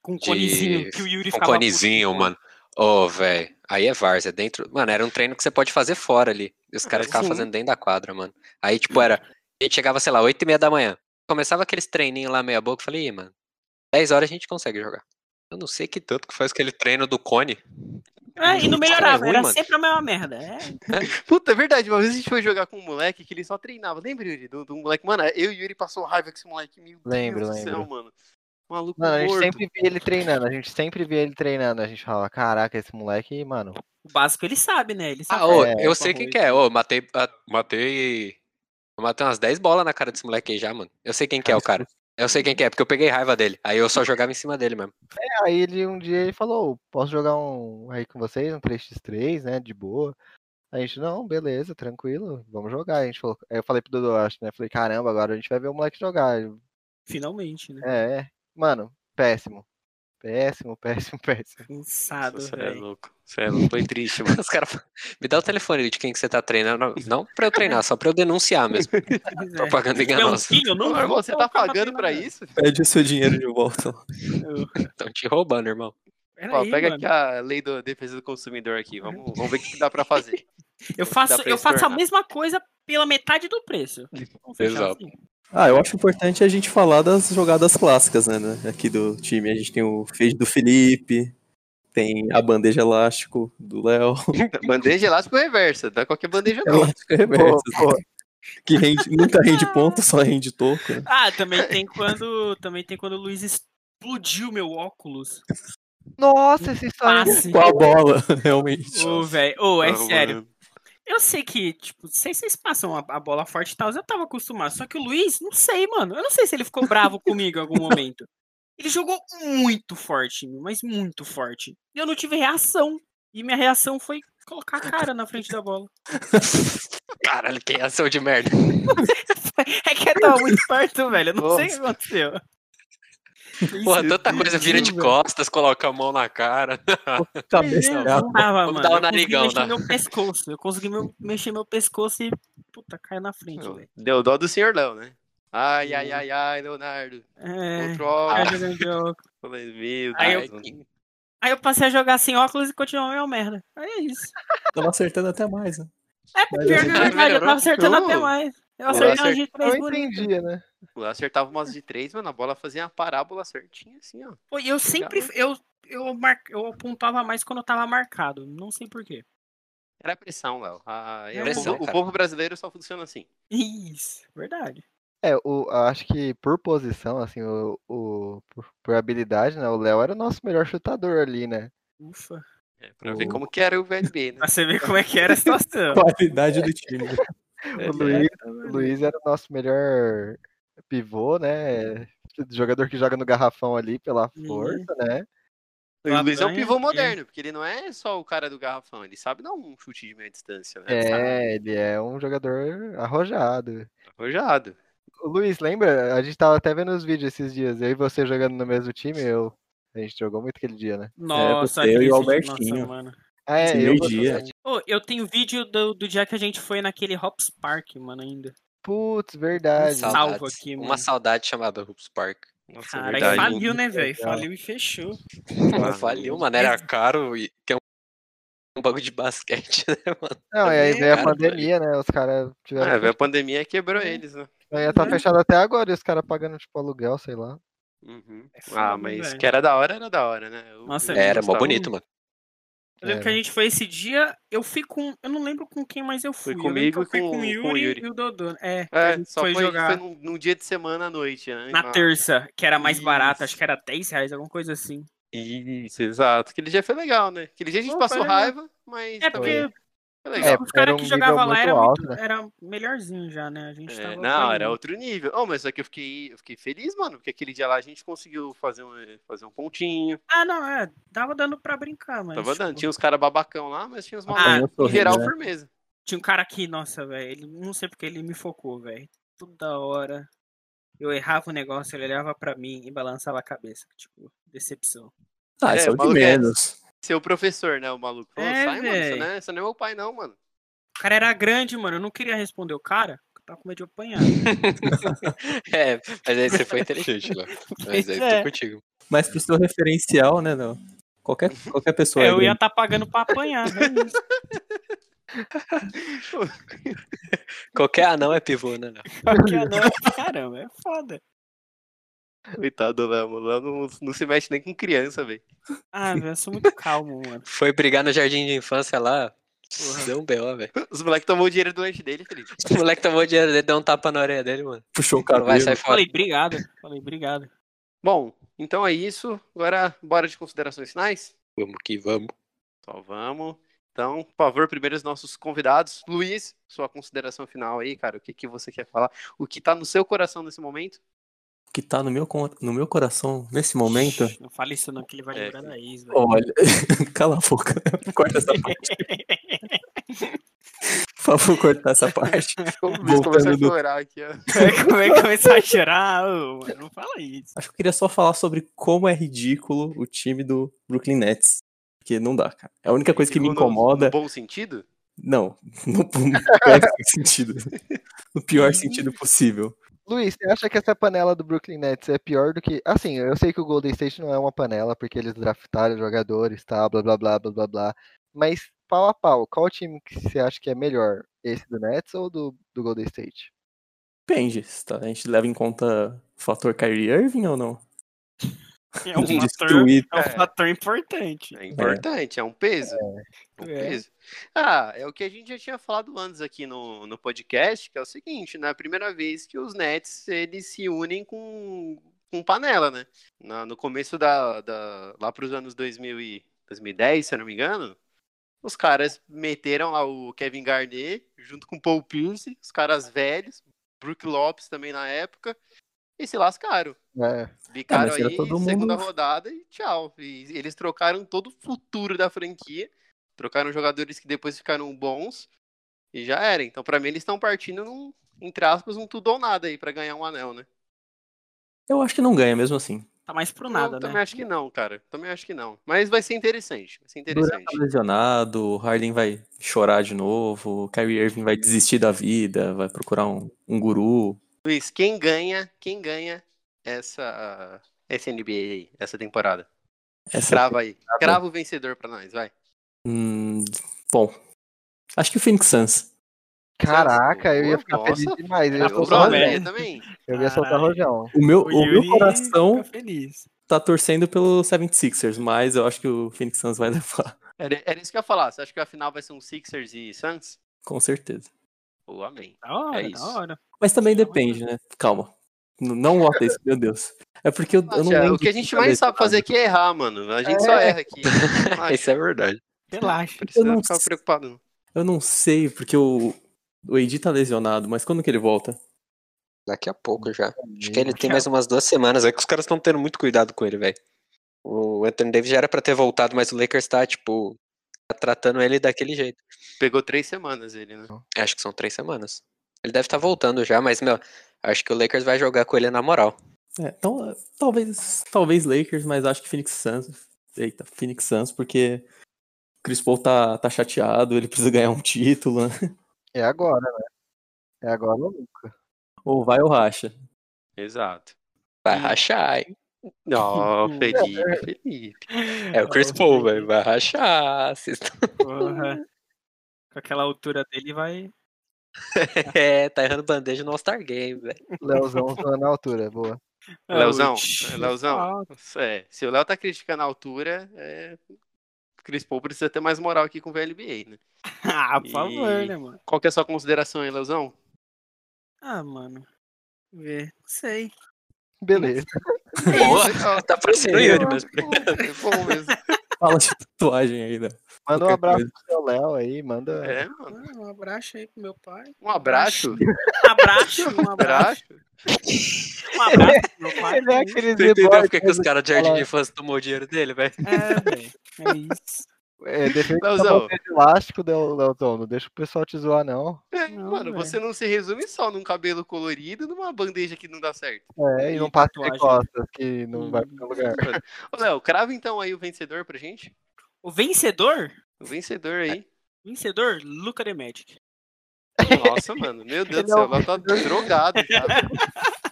Speaker 4: Com um
Speaker 3: De-
Speaker 4: conezinho, que o Yuri
Speaker 3: Com
Speaker 1: um
Speaker 4: ficava... puto.
Speaker 3: Um conezinho, mano. Ô, velho. Aí é várzea. Dentro. Mano, era um treino que você pode fazer fora ali. E os caras ficavam
Speaker 1: sim.
Speaker 3: fazendo dentro da quadra, mano. Aí, tipo, era. A gente chegava, sei lá, 8 e meia da manhã. Começava aqueles treininhos lá meia boca. Eu falei, Ih, mano, 10 horas a gente consegue jogar. Eu não sei que tanto que faz aquele treino do Cone.
Speaker 4: É, e
Speaker 3: Cara,
Speaker 4: não
Speaker 3: é
Speaker 4: melhorava,
Speaker 3: ruim,
Speaker 4: era
Speaker 3: mano.
Speaker 4: sempre a mesma merda. É,
Speaker 1: Puta, é verdade, uma vez a gente foi jogar com um moleque que ele só treinava. Lembra, Yuri, do, do moleque? Mano, eu e o Yuri passou raiva com esse moleque. Meu
Speaker 2: Lembro,
Speaker 1: Deus do céu,
Speaker 2: lembro.
Speaker 1: mano. Maluco
Speaker 2: Mano, a gente
Speaker 1: morto.
Speaker 2: sempre via ele treinando, a gente sempre via ele treinando. A gente falava, caraca, esse moleque, mano.
Speaker 4: o básico ele sabe, né? Ele sabe.
Speaker 3: Ah, ô,
Speaker 2: É,
Speaker 3: eu sei quem que é. Ô, matei. a- matei. eu matei umas 10 bolas na cara desse moleque aí já, mano. Eu sei quem que é o cara. Eu sei quem que é, porque eu peguei raiva dele. Aí eu só jogava em cima dele mesmo.
Speaker 2: Aí ele um dia ele falou, posso jogar um aí com vocês, um 3x3, né? De boa. A gente, não, beleza, tranquilo, vamos jogar. A gente falou, aí eu falei pro Dudu, acho, né? Falei, caramba, agora a gente vai ver o moleque jogar. Ele,
Speaker 4: Finalmente, né?
Speaker 2: É, é. Mano, péssimo. Péssimo, péssimo, péssimo.
Speaker 4: Cansado,
Speaker 1: Nossa, é
Speaker 4: velho.
Speaker 1: louco. Você é louco, foi triste, mano.
Speaker 3: Os caras falam, me dá o telefone de quem que você tá treinando. Não pra eu treinar, só pra eu denunciar mesmo.
Speaker 4: Pois é.
Speaker 3: Propaganda
Speaker 4: Não,
Speaker 3: enganosa.
Speaker 4: filho, não
Speaker 1: Ô, irmão, você
Speaker 4: não
Speaker 1: tá
Speaker 4: acaba
Speaker 1: pagando pra
Speaker 4: treinando.
Speaker 1: isso?
Speaker 5: Pede o seu dinheiro de volta.
Speaker 3: Estão te roubando, irmão.
Speaker 4: Pera
Speaker 1: Ó,
Speaker 4: aí,
Speaker 1: pega
Speaker 4: mano.
Speaker 1: aqui a lei da defesa do consumidor aqui. Vamos, vamos ver o que dá pra fazer.
Speaker 4: Eu
Speaker 1: Dá
Speaker 4: faço,
Speaker 1: pra
Speaker 4: eu faço a
Speaker 1: estornar.
Speaker 4: mesma coisa pela metade do preço. Vamos fechar
Speaker 3: Exato.
Speaker 4: assim.
Speaker 5: Ah, eu acho importante a gente falar das jogadas clássicas, né? né, Aqui do time. A gente tem o feed do Felipe, tem a bandeja elástico do Léo,
Speaker 1: Bandeja elástica ou reversa? Dá qualquer bandeja não.
Speaker 2: é
Speaker 5: elástica reversa,
Speaker 2: Pô, pô,
Speaker 5: que rende, nunca rende ponto, só rende toco. né?
Speaker 4: Ah, também tem quando, também tem quando o Luiz explodiu meu óculos.
Speaker 2: Nossa, essa história.
Speaker 4: Passe.
Speaker 5: Com a bola, realmente.
Speaker 4: Ô, velho. Ô, é
Speaker 1: Ah,
Speaker 4: sério.
Speaker 1: mano.
Speaker 4: Eu sei que, tipo, sei se vocês passam a, a bola forte e tal, eu tava acostumado. Só que o Luiz, não sei, mano. Eu não sei se ele ficou bravo comigo em algum momento. Ele jogou muito forte, em mim, mas muito forte. E eu não tive reação. E minha reação foi colocar a cara na frente da bola.
Speaker 3: Caralho, que ação de merda.
Speaker 4: É que eu tava muito perto, velho. Eu não sei o que
Speaker 1: Nossa.
Speaker 4: aconteceu.
Speaker 3: Porra, tanta coisa vira de costas, coloca a mão na cara.
Speaker 5: Cabeça
Speaker 4: Eu
Speaker 5: brava.
Speaker 4: não tava,
Speaker 3: Vamos
Speaker 4: mano.
Speaker 3: dar o
Speaker 4: eu consegui
Speaker 3: narigão,
Speaker 4: mexer
Speaker 3: né?
Speaker 4: meu pescoço. Eu consegui meu- mexer meu pescoço e. Puta, caiu na frente, velho.
Speaker 1: Deu dó do senhor Léo, né? Ai, ai, ai, ai, Leonardo.
Speaker 4: É.
Speaker 1: Outro óculos.
Speaker 4: caiu jogando de óculos.
Speaker 1: Falei, meu Deus.
Speaker 4: Aí
Speaker 3: eu-
Speaker 1: mano.
Speaker 4: Aí eu passei a jogar sem óculos e continuou a mesma merda. Aí é isso.
Speaker 5: Tava acertando até mais, né?
Speaker 4: É pior
Speaker 5: Mas
Speaker 4: que
Speaker 5: eu-
Speaker 4: é verdade, eu
Speaker 1: melhorou.
Speaker 4: tava acertando
Speaker 1: Uh.
Speaker 4: até mais. Eu
Speaker 1: Agora
Speaker 4: acertei um
Speaker 1: acertou,
Speaker 4: jeito mais
Speaker 2: Eu
Speaker 4: bonito.
Speaker 2: entendia, né?
Speaker 1: Eu acertava umas de três, mano. A bola fazia uma parábola certinha, assim, ó.
Speaker 4: Pô, e eu sempre. Eu, eu, mar... eu apontava mais quando eu tava marcado. Não sei porquê.
Speaker 1: Era a pressão, Léo. Ah, é, o
Speaker 4: Pressão,
Speaker 1: povo- o,
Speaker 3: cara.
Speaker 1: povo brasileiro só funciona assim.
Speaker 4: Isso, verdade.
Speaker 2: É, o, eu acho que por posição, assim, o, o- por, por habilidade, né? O Léo era o nosso melhor chutador ali, né?
Speaker 4: Ufa.
Speaker 1: É, pra
Speaker 5: O-
Speaker 1: ver como que era o VLB, né?
Speaker 4: Pra você ver como é que era a situação.
Speaker 5: Qualidade do time.
Speaker 2: O Luiz, o Luiz era o nosso melhor pivô, né? Jogador que joga no garrafão ali pela
Speaker 4: Uhum.
Speaker 2: força, né?
Speaker 1: E o Luiz é um
Speaker 4: Labanha,
Speaker 1: pivô
Speaker 4: é.
Speaker 1: moderno, porque ele não é só o cara do garrafão, ele sabe dar um chute de meia distância, né? Sabe?
Speaker 2: É, ele é um jogador arrojado.
Speaker 1: Arrojado.
Speaker 2: O Luiz, lembra? A gente tava até vendo os vídeos esses dias, eu e você jogando no mesmo time, eu. A gente jogou muito aquele dia, né?
Speaker 4: Nossa,
Speaker 5: É, você e o
Speaker 4: triste,
Speaker 5: Albertinho.
Speaker 4: Nossa, mano.
Speaker 2: Ah, é,
Speaker 5: Esse
Speaker 2: eu.
Speaker 5: meio dia.
Speaker 4: Ô, eu tenho vídeo do, do dia que a gente foi naquele Hops Park, mano, ainda.
Speaker 2: Putz, verdade.
Speaker 4: Salvo
Speaker 3: Saudades.
Speaker 4: aqui, mano.
Speaker 3: Uma saudade chamada Hoops Park.
Speaker 1: Nossa, é
Speaker 4: Caralho,
Speaker 1: verdade.
Speaker 4: faliu, né, velho? Faliu e fechou.
Speaker 1: Mano,
Speaker 3: Valeu, mano. Era caro e que é um, um bagulho de basquete, né, mano?
Speaker 2: Não, e aí
Speaker 4: É,
Speaker 2: veio a
Speaker 3: cara,
Speaker 2: pandemia, né? Os caras tiveram.
Speaker 1: Ah, velho, a pandemia quebrou
Speaker 4: É.
Speaker 1: eles, né?
Speaker 2: Ia estar
Speaker 4: né?
Speaker 2: fechado até agora e os caras pagando, tipo, aluguel, sei lá.
Speaker 1: Uhum.
Speaker 4: É
Speaker 1: Ah,
Speaker 4: foda,
Speaker 1: mas
Speaker 4: velho.
Speaker 1: que era da hora, era da hora, né? Eu-
Speaker 4: Nossa,
Speaker 1: eu
Speaker 4: é,
Speaker 3: Era mó
Speaker 1: gostava.
Speaker 3: bonito, mano.
Speaker 4: Eu lembro
Speaker 2: É.
Speaker 4: que a gente foi esse dia, eu fui com. Eu não lembro com quem mais eu fui.
Speaker 1: Foi
Speaker 4: eu lembro
Speaker 1: comigo
Speaker 4: que eu fui
Speaker 1: e com-
Speaker 4: com, o
Speaker 1: com o
Speaker 4: Yuri,
Speaker 1: Yuri.
Speaker 4: e o Dodô. É, a
Speaker 1: É,
Speaker 4: gente
Speaker 1: só
Speaker 4: foi
Speaker 1: foi,
Speaker 4: jogar
Speaker 1: foi num, num dia de semana à noite, né?
Speaker 4: na terça, que era mais
Speaker 1: Isso.
Speaker 4: barato, acho que era 10 reais, alguma coisa assim.
Speaker 1: Isso, exato. Aquele dia foi legal, né? Aquele dia a gente
Speaker 4: Pô,
Speaker 1: passou
Speaker 4: foi legal.
Speaker 1: raiva, mas
Speaker 4: É
Speaker 1: também
Speaker 4: porque
Speaker 1: foi
Speaker 4: os-
Speaker 1: legal.
Speaker 2: É,
Speaker 4: os
Speaker 2: era
Speaker 4: caras
Speaker 2: um
Speaker 4: que
Speaker 2: nível
Speaker 4: jogavam lá
Speaker 2: muito
Speaker 4: era,
Speaker 2: alto, né?
Speaker 4: muito, era melhorzinho já, né? A gente
Speaker 1: É,
Speaker 4: tava.
Speaker 1: não,
Speaker 4: apanhando.
Speaker 1: era outro nível. Oh, mas só que eu fiquei, eu fiquei feliz, mano, porque aquele dia lá a gente conseguiu fazer um, eh, fazer um pontinho.
Speaker 4: Ah, não, é. Tava dando pra brincar, mas.
Speaker 1: Tava dando.
Speaker 4: tipo,
Speaker 1: Tinha uns caras babacão lá, mas tinha uns
Speaker 4: Ah,
Speaker 1: malucos. em geral,
Speaker 5: né?
Speaker 1: firmeza.
Speaker 4: Tinha um cara que, nossa, velho, ele- não sei porque ele me focou, velho. Toda hora eu errava o negócio, ele olhava pra mim e balançava a cabeça. Tipo, decepção.
Speaker 5: Ah,
Speaker 1: É,
Speaker 5: isso é o de
Speaker 1: maluco é-
Speaker 5: menos.
Speaker 1: Seu professor, né, o maluco. Falou,
Speaker 4: É,
Speaker 1: sai, mano, você
Speaker 4: véi.
Speaker 1: não, é, você não é meu pai, não, mano.
Speaker 4: O cara era grande, mano, eu não queria responder o cara, porque eu tava com medo de apanhar.
Speaker 3: É, mas aí você foi inteligente, lá. Mas aí
Speaker 4: É.
Speaker 3: tô contigo.
Speaker 5: Mas pro seu referencial, né, não? Qualquer, qualquer pessoa. é
Speaker 4: eu ia
Speaker 5: grande.
Speaker 4: estar pagando pra apanhar, né? Isso.
Speaker 3: Qualquer anão é pivô, né? Léo?
Speaker 4: Porque a noite, caramba, é foda.
Speaker 1: Coitado do Léo, mano. O Léo não, não se mexe nem com criança, velho.
Speaker 4: Ah, velho, eu sou muito calmo, mano.
Speaker 3: Foi brigar no jardim de infância lá. Deu um B.O., velho.
Speaker 1: Os moleques tomou o dinheiro do lanche dele, Felipe.
Speaker 3: O moleque tomou o dinheiro dele, deu um tapa na orelha dele, mano.
Speaker 5: Puxou o
Speaker 3: Não
Speaker 5: cabelo.
Speaker 3: vai sair fora.
Speaker 4: Falei, obrigado. Falei, obrigado.
Speaker 1: Bom, então é isso. Agora, bora de considerações finais?
Speaker 3: Vamos que vamos.
Speaker 1: Só vamos. Então, por favor, primeiro os nossos convidados. Luiz, sua consideração final aí, cara. O que, que você quer falar? O que tá no seu coração nesse momento?
Speaker 5: que tá no meu, con- no meu coração nesse momento.
Speaker 4: Não fala isso não, que ele vai
Speaker 1: É,
Speaker 4: lembrar da Is, velho.
Speaker 5: Olha, cala a boca. Corta essa parte. Por favor, cortar essa parte.
Speaker 1: Como o Luiz começa a
Speaker 5: Voltando do-
Speaker 1: chorar aqui, ó.
Speaker 4: Como é que começou a chorar? Ô, mano, não fala isso.
Speaker 5: Acho que eu queria só falar sobre como é ridículo o time do Brooklyn Nets. Porque não dá, cara. É a única coisa que me
Speaker 1: Ficou no-
Speaker 5: incomoda.
Speaker 1: No bom sentido?
Speaker 5: Não, no pior sentido. No pior sentido possível.
Speaker 2: Luiz, você acha que essa panela do Brooklyn Nets é pior do que. Assim, eu sei que o Golden State não é uma panela, porque eles draftaram jogadores, tá? Blá blá blá blá blá blá. Mas pau a pau, qual time que você acha que é melhor? Esse do Nets ou do, do Golden State?
Speaker 5: Depende. se tá- A gente leva em conta o fator Kyrie Irving ou não?
Speaker 4: É um fator,
Speaker 5: Destruir.
Speaker 4: é um fator importante.
Speaker 1: É importante, é, um peso. É um
Speaker 4: É.
Speaker 1: peso. Ah, é o que a gente já tinha falado antes aqui no, no podcast, que é o seguinte, né? É a primeira vez que os Nets eles se unem com, com panela, né? Na- no começo da, da lá para os anos 2000 e 2010, se eu não me engano, os caras meteram lá o Kevin Garnett junto com o Paul Pierce, os caras velhos, Brook Lopes também na época, e se lascaram.
Speaker 2: É,
Speaker 1: Bicaram
Speaker 5: mas era
Speaker 1: aí,
Speaker 5: todo mundo-
Speaker 1: segunda rodada e tchau. E eles trocaram todo o futuro da franquia, trocaram jogadores que depois ficaram bons e já era. Então, pra mim, eles estão partindo num, entre aspas, um tudo ou nada aí pra ganhar um anel, né?
Speaker 5: Eu acho que não ganha mesmo assim.
Speaker 4: Tá mais pro
Speaker 1: Eu
Speaker 4: nada,
Speaker 1: também
Speaker 4: né?
Speaker 1: acho que não, cara. Também acho que não. Mas vai ser interessante. Vai ser
Speaker 5: Durant
Speaker 1: interessante.
Speaker 5: tá lesionado, o Harden vai chorar de novo, o Kyrie Irving vai desistir da vida, vai procurar um, um guru.
Speaker 1: Luiz, quem ganha, quem ganha essa, essa NBA aí, essa temporada?
Speaker 5: Essa-
Speaker 1: Crava aí. Crava o vencedor pra nós, vai.
Speaker 5: Hum, bom, acho que o Phoenix Suns.
Speaker 2: Caraca, eu ia ficar
Speaker 1: Nossa.
Speaker 2: feliz demais. Eu ia
Speaker 1: Eu
Speaker 4: Crava o
Speaker 2: soltar
Speaker 4: Bron,
Speaker 2: rojão.
Speaker 4: né?
Speaker 1: também.
Speaker 2: Eu ia soltar
Speaker 4: Caralho.
Speaker 2: rojão.
Speaker 5: O meu,
Speaker 4: O
Speaker 5: o meu
Speaker 4: Yuri
Speaker 5: coração
Speaker 4: fica feliz.
Speaker 5: tá torcendo pelo 76ers, mas eu acho que o Phoenix Suns vai levar,
Speaker 1: Era, era isso que eu ia falar. Você acha que a final vai ser um Sixers e Suns?
Speaker 5: com certeza.
Speaker 1: Pô, amém.
Speaker 4: Da hora,
Speaker 1: É
Speaker 4: da
Speaker 1: isso.
Speaker 4: hora.
Speaker 5: Mas também
Speaker 1: é
Speaker 5: depende, né? Calma. N- Não vota isso, meu Deus. É porque eu, eu não
Speaker 1: Nossa,
Speaker 5: lembro tá
Speaker 1: o que a
Speaker 5: de
Speaker 1: gente
Speaker 5: cabeça,
Speaker 1: mais sabe fazer
Speaker 5: cara.
Speaker 1: aqui é errar, mano. A gente só erra aqui. Ah, Relaxa,
Speaker 3: Isso é verdade.
Speaker 1: Não
Speaker 4: Relaxa.
Speaker 1: precisa
Speaker 5: É. não
Speaker 1: ficar
Speaker 5: sei.
Speaker 1: preocupado. não.
Speaker 5: Eu não sei, porque o, o Edi tá lesionado, mas quando que ele volta?
Speaker 3: Daqui a pouco já. Acho que ele tem mais umas duas semanas. É que os caras estão tendo muito cuidado com ele, velho. O Anthony Davis já era pra ter voltado, mas o Lakers tá, tipo, tá tratando ele daquele jeito.
Speaker 1: Pegou três semanas ele, né?
Speaker 3: Acho que são três semanas. Ele deve estar voltando já, mas, meu, acho que o Lakers vai jogar com ele na moral.
Speaker 5: É, então, eh, talvez, talvez Lakers, mas acho que Phoenix Suns. Eita, Phoenix Suns, porque o Chris Paul tá, tá chateado, ele precisa ganhar um título, né?
Speaker 2: É agora, né? É agora ou nunca.
Speaker 5: Ou vai ou racha.
Speaker 1: Exato.
Speaker 3: Vai rachar, hein?
Speaker 1: Não, Felipe, Felipe.
Speaker 3: É o Chris Paul, velho. Vai rachar. Vocês tão-
Speaker 4: Porra. Com aquela altura dele vai.
Speaker 3: É, tá errando bandeja no All-Star Game, velho.
Speaker 2: Leozão zoando a altura, boa.
Speaker 4: Ah,
Speaker 1: Leozão,
Speaker 4: o tch-
Speaker 1: Leozão. É, se o Léo tá criticando a altura, é... o Chris Paul precisa ter mais moral aqui com o VLBA, né?
Speaker 4: Ah, por favor,
Speaker 1: E-
Speaker 4: né, mano?
Speaker 1: Qual que é a sua consideração aí, Leozão?
Speaker 4: Ah, mano. Ver. Não sei.
Speaker 2: Beleza.
Speaker 3: Porra, tá parecendo o Yuri, mas...
Speaker 1: É bom mesmo.
Speaker 5: Fala de tatuagem aí, né?
Speaker 2: Manda um
Speaker 5: Qualquer
Speaker 2: abraço
Speaker 5: coisa.
Speaker 2: pro seu Léo aí, manda.
Speaker 1: É, mano.
Speaker 4: Ah, um abraço aí pro meu pai.
Speaker 1: Um abraço.
Speaker 4: Abraço, um abraço.
Speaker 1: abraço.
Speaker 4: Um abraço pro meu pai.
Speaker 2: Ele é aquele
Speaker 3: Você entendeu
Speaker 2: b-boy
Speaker 3: porque que os caras de jardim
Speaker 2: falar.
Speaker 3: de infância tomou o dinheiro dele, velho?
Speaker 4: É, velho. É isso.
Speaker 2: É, defende a
Speaker 1: Leozão.
Speaker 2: mão de elástico, Leo- Leozão. Não deixa o pessoal te zoar, não.
Speaker 1: É,
Speaker 4: Não,
Speaker 1: mano,
Speaker 4: velho.
Speaker 1: você não se resume só num cabelo colorido e numa bandeja que não dá certo.
Speaker 2: É, e,
Speaker 4: E
Speaker 2: não passa de
Speaker 4: tatuagem.
Speaker 2: costas, que não vai
Speaker 4: Hum.
Speaker 2: pro lugar.
Speaker 1: Ô, Léo, crava então aí o vencedor pra gente.
Speaker 4: O vencedor?
Speaker 1: O vencedor aí.
Speaker 4: Vencedor, Luca The Magic.
Speaker 1: Nossa, mano. Meu Deus do
Speaker 2: Ele é
Speaker 1: céu,
Speaker 2: o-
Speaker 1: o Léo tá drogado, cara.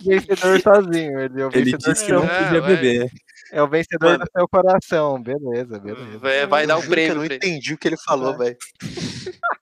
Speaker 2: Vencedor sozinho, ele é o
Speaker 5: Ele
Speaker 2: vencedor,
Speaker 5: disse que não
Speaker 1: É,
Speaker 5: podia
Speaker 1: ué.
Speaker 5: beber.
Speaker 2: é o vencedor
Speaker 1: Mano. Hum,
Speaker 2: do seu coração. Beleza, beleza.
Speaker 1: Vai, vai dar o
Speaker 6: Juro que Eu
Speaker 1: prêmio
Speaker 6: não
Speaker 1: pra ele.
Speaker 6: entendi o que ele falou, velho.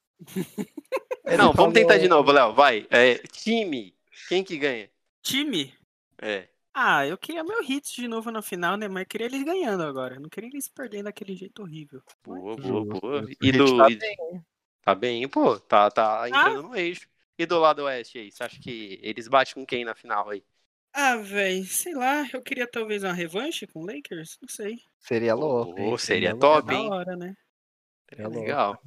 Speaker 2: Ele
Speaker 1: Não, vamos
Speaker 2: falou-
Speaker 1: tentar de novo, Léo. Vai. É, time. Quem que ganha?
Speaker 4: Time?
Speaker 1: É.
Speaker 4: Ah, eu queria meu hits de novo na final, né? Mas eu queria eles ganhando agora. Eu Não queria eles perdendo daquele jeito horrível.
Speaker 1: Boa, boa,
Speaker 2: Justo,
Speaker 1: boa.
Speaker 2: justo.
Speaker 1: E
Speaker 2: A gente
Speaker 1: do.
Speaker 2: tá
Speaker 1: e- Tá bem, pô. Tá,
Speaker 2: Ah.
Speaker 1: tá entrando no eixo. E do lado oeste aí? Você acha que eles batem com quem na final aí?
Speaker 4: Ah, velho, sei lá. Eu queria talvez uma revanche com o Lakers. Não sei.
Speaker 2: Seria
Speaker 1: Pô,
Speaker 2: louco. hein?
Speaker 1: seria
Speaker 2: louco.
Speaker 1: top,
Speaker 4: Da
Speaker 1: hein?
Speaker 4: hora, né?
Speaker 1: É
Speaker 2: É louco.
Speaker 1: legal.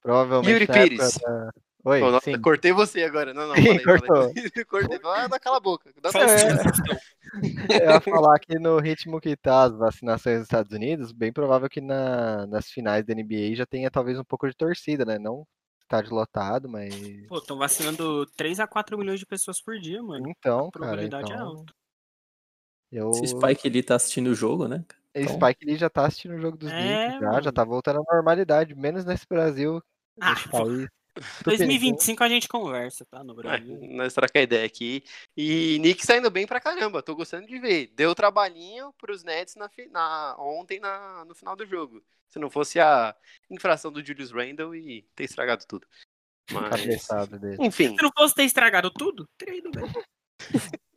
Speaker 2: Provavelmente.
Speaker 1: Yuri
Speaker 2: na época
Speaker 1: Pires.
Speaker 2: da- Oi,
Speaker 1: Pô, nossa,
Speaker 2: sim.
Speaker 1: cortei você agora. Não, não,
Speaker 2: Sim,
Speaker 1: falei,
Speaker 2: cortou.
Speaker 1: falei. cortei. Ah, não, cala a boca. Dá
Speaker 4: Faz
Speaker 1: tempo.
Speaker 2: Eu ia falar que no ritmo que tá as vacinações nos Estados Unidos, bem provável que na- nas finais da NBA já tenha talvez um pouco de torcida, né? Não estádio lotado, mas.
Speaker 4: Pô, estão vacinando 3 a 4 milhões de pessoas por dia, mano.
Speaker 2: Então,
Speaker 4: A
Speaker 2: cara.
Speaker 4: probabilidade é
Speaker 2: Então,
Speaker 4: alta.
Speaker 2: eu...
Speaker 5: Se Spike ele tá assistindo o jogo, né?
Speaker 2: E
Speaker 5: Então-
Speaker 2: Spike Lee já tá assistindo o jogo dos
Speaker 4: É,
Speaker 2: bichos, já, já
Speaker 4: mano.
Speaker 2: tá voltando à normalidade, menos nesse Brasil,
Speaker 4: Ah,
Speaker 2: nesse país. tupiniquim.
Speaker 4: 2025 a gente conversa, tá? No
Speaker 1: Vai,
Speaker 4: Brasil.
Speaker 1: Nós troca a ideia aqui. E Knicks tá indo bem pra caramba, tô gostando de ver. Deu trabalhinho pros Nets na, fi- na- ontem na- no final do jogo. Se não fosse a infração do Julius Randle e ter estragado tudo. Mas,
Speaker 2: Cabeçada dele.
Speaker 1: enfim,
Speaker 4: Se não fosse ter estragado tudo, teria ido bem.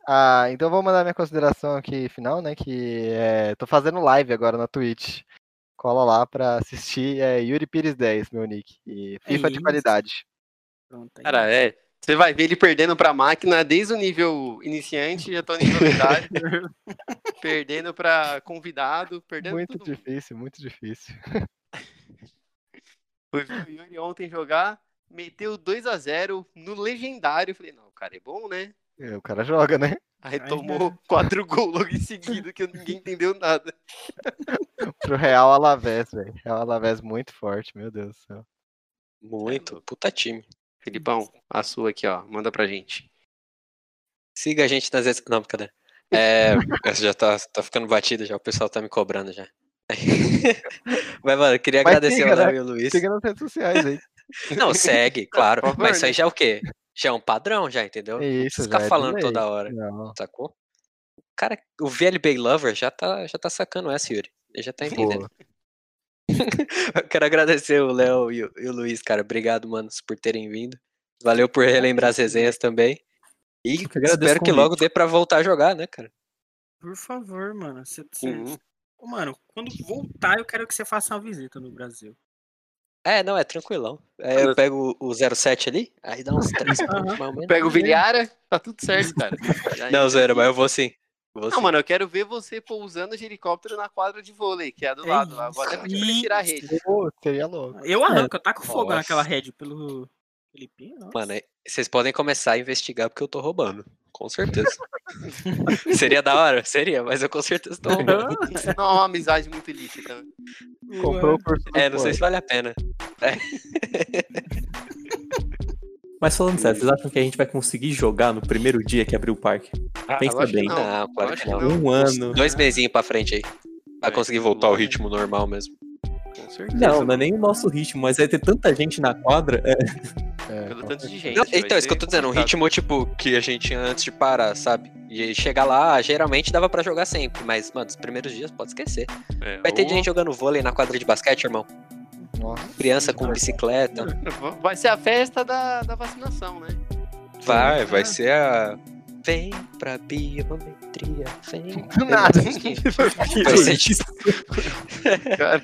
Speaker 2: Ah, então vou mandar minha consideração aqui final, né? Que é, tô fazendo live agora na Twitch. Cola lá pra assistir. É Yuri Pires 10, meu nick.
Speaker 3: É
Speaker 2: E FIFA de
Speaker 4: isso.
Speaker 2: qualidade.
Speaker 4: Pronto, aí.
Speaker 1: cara, é. Você vai ver ele perdendo pra máquina desde o nível iniciante, já tô no nível metade, perdendo pra convidado, perdendo
Speaker 2: Muito
Speaker 1: tudo.
Speaker 2: difícil, muito difícil.
Speaker 1: Fui ver o Yuri ontem jogar, meteu 2 a 0 no legendário. Falei, não, o cara é bom, né?
Speaker 2: É, O cara joga, né?
Speaker 1: Aí
Speaker 4: Ai,
Speaker 1: tomou quatro gols logo em seguida que ninguém entendeu nada.
Speaker 2: Pro Real Alavés, velho. Real Alavés muito forte, meu Deus do céu.
Speaker 3: Muito. Puta time.
Speaker 1: Filipão, a sua aqui, ó. Manda pra gente.
Speaker 3: Siga a gente nas redes... Não, cadê? É, essa já tá, tá ficando batida já. O pessoal tá me cobrando já. Mas, mano, eu queria
Speaker 2: Mas
Speaker 3: agradecer
Speaker 2: siga,
Speaker 3: ao Léo
Speaker 2: né?
Speaker 3: e ao Luiz.
Speaker 2: Siga nas redes sociais aí. então.
Speaker 3: Não, segue, claro.
Speaker 1: Por favor,
Speaker 3: Mas isso aí
Speaker 1: né?
Speaker 3: já é o quê? Já é um padrão, já, entendeu? Não
Speaker 2: Isso,
Speaker 3: precisa
Speaker 2: já
Speaker 3: ficar
Speaker 2: é
Speaker 3: falando
Speaker 2: delay.
Speaker 3: toda hora,
Speaker 2: Não,
Speaker 3: sacou? O cara, o VLB Lover já tá, já tá sacando essa, Yuri. Ele já tá entendendo.
Speaker 2: boa.
Speaker 3: Eu quero agradecer o Léo e, o- e o Luiz, cara. Obrigado, manos, por terem vindo. Valeu por relembrar as resenhas também. E
Speaker 5: que agradeço
Speaker 3: espero
Speaker 5: o
Speaker 3: que logo dê pra voltar a jogar, né, cara?
Speaker 4: Por favor, mano. Cê, cê-
Speaker 1: Uhum.
Speaker 4: Ô, Mano, quando voltar, eu quero que você faça uma visita no Brasil.
Speaker 3: É, não, é tranquilão. É, eu pego o o 07 ali, aí dá uns três pontos, mais ou menos.
Speaker 1: Pega o Vilhara, tá tudo certo, cara. Já
Speaker 3: Não,
Speaker 1: entra
Speaker 3: zero,
Speaker 1: aqui.
Speaker 3: mas eu vou sim. Vou sim.
Speaker 1: Não, mano, eu quero ver você pousando de helicóptero na quadra de vôlei, que é a do
Speaker 4: É
Speaker 1: lado lá. Vou
Speaker 4: isso.
Speaker 1: até pedir pra ele tirar a rede.
Speaker 2: Pô, seria louco.
Speaker 4: Eu arranco, eu taco fogo
Speaker 3: Nossa.
Speaker 4: naquela rede pelo Filipinho. nossa.
Speaker 3: Mano, aí- vocês podem começar a investigar porque eu tô roubando. Com certeza. Seria da hora? Seria, mas eu com certeza tô roubando.
Speaker 1: Isso não é uma amizade muito ilícita. né?
Speaker 2: Comprou por
Speaker 3: É, não sei se vale a pena.
Speaker 5: Mas falando sério, vocês acham que a gente vai conseguir jogar no primeiro dia que abrir o parque? Pensa
Speaker 1: lógico que
Speaker 5: bem.
Speaker 1: Não,
Speaker 3: Não, claro
Speaker 1: acho
Speaker 3: que
Speaker 1: que
Speaker 3: não.
Speaker 1: não.
Speaker 5: Um ano.
Speaker 3: Dois mesinhos pra frente aí. Pra
Speaker 1: É,
Speaker 3: conseguir
Speaker 1: que
Speaker 3: voltar ao
Speaker 1: louco.
Speaker 3: ritmo normal mesmo.
Speaker 1: Com certeza.
Speaker 5: Não, não é nem o nosso ritmo, mas vai ter tanta gente na quadra. É,
Speaker 2: É,
Speaker 1: Pelo
Speaker 2: com
Speaker 1: tanto de gente.
Speaker 3: Não,
Speaker 1: vai
Speaker 3: então, isso que eu
Speaker 1: ser
Speaker 3: tô dizendo, um
Speaker 1: complicado.
Speaker 3: ritmo tipo que a gente tinha antes de parar, sabe? E chegar lá, geralmente dava pra jogar sempre, mas, mano, os primeiros dias pode esquecer.
Speaker 1: É,
Speaker 3: Vai ter
Speaker 1: ou-
Speaker 3: gente jogando vôlei na quadra de basquete, irmão.
Speaker 2: Nossa.
Speaker 3: Criança com bicicleta.
Speaker 1: Vai ser a festa da, da vacinação, né?
Speaker 3: Vai, vai ser a. Vem pra biometria, vem.
Speaker 2: Do nada.
Speaker 3: Vai ser tipo-
Speaker 1: Cara,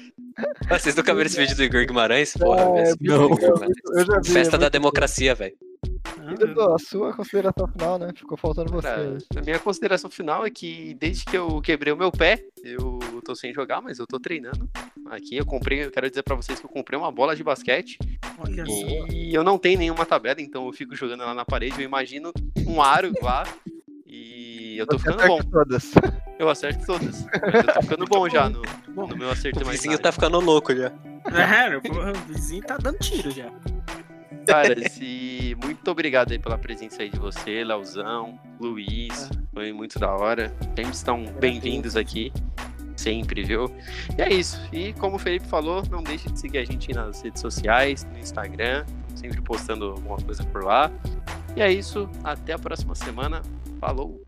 Speaker 3: Ah, Vocês nunca viram esse vídeo do Igor Guimarães?
Speaker 2: É,
Speaker 3: Porra, velho, esse vídeo
Speaker 5: não.
Speaker 3: do Igor Guimarães.
Speaker 2: Eu já vi.
Speaker 3: Festa
Speaker 2: é
Speaker 3: da
Speaker 2: muito-
Speaker 3: democracia, velho.
Speaker 4: ah,
Speaker 2: Ainda dou A sua consideração final, né? Ficou faltando você.
Speaker 1: cara, a minha consideração final é que desde que eu quebrei o meu pé, eu tô sem jogar, mas eu tô treinando. Aqui eu comprei, eu quero dizer pra vocês que eu comprei uma bola de basquete
Speaker 4: Olha só.
Speaker 1: E eu não tenho nenhuma tabela, então eu fico jogando ela na parede, eu imagino um aro lá. E eu tô
Speaker 2: Você
Speaker 1: ficando bom.
Speaker 2: acerta todas.
Speaker 1: Eu acerto todas. Mas eu tô ficando bom já no, no meu acerto
Speaker 3: O
Speaker 1: mais.
Speaker 3: vizinho tá ficando louco já.
Speaker 4: É, porra, o vizinho tá dando tiro já.
Speaker 1: Cara, se... muito obrigado aí pela presença aí de você, Leozão, Luiz. Foi muito da hora. Sempre estão bem-vindos aqui. Sempre, viu? E é isso. E como o Felipe falou, não deixe de seguir a gente aí nas redes sociais, no Instagram, sempre postando alguma coisa por lá. E é isso. Até a próxima semana. Falou!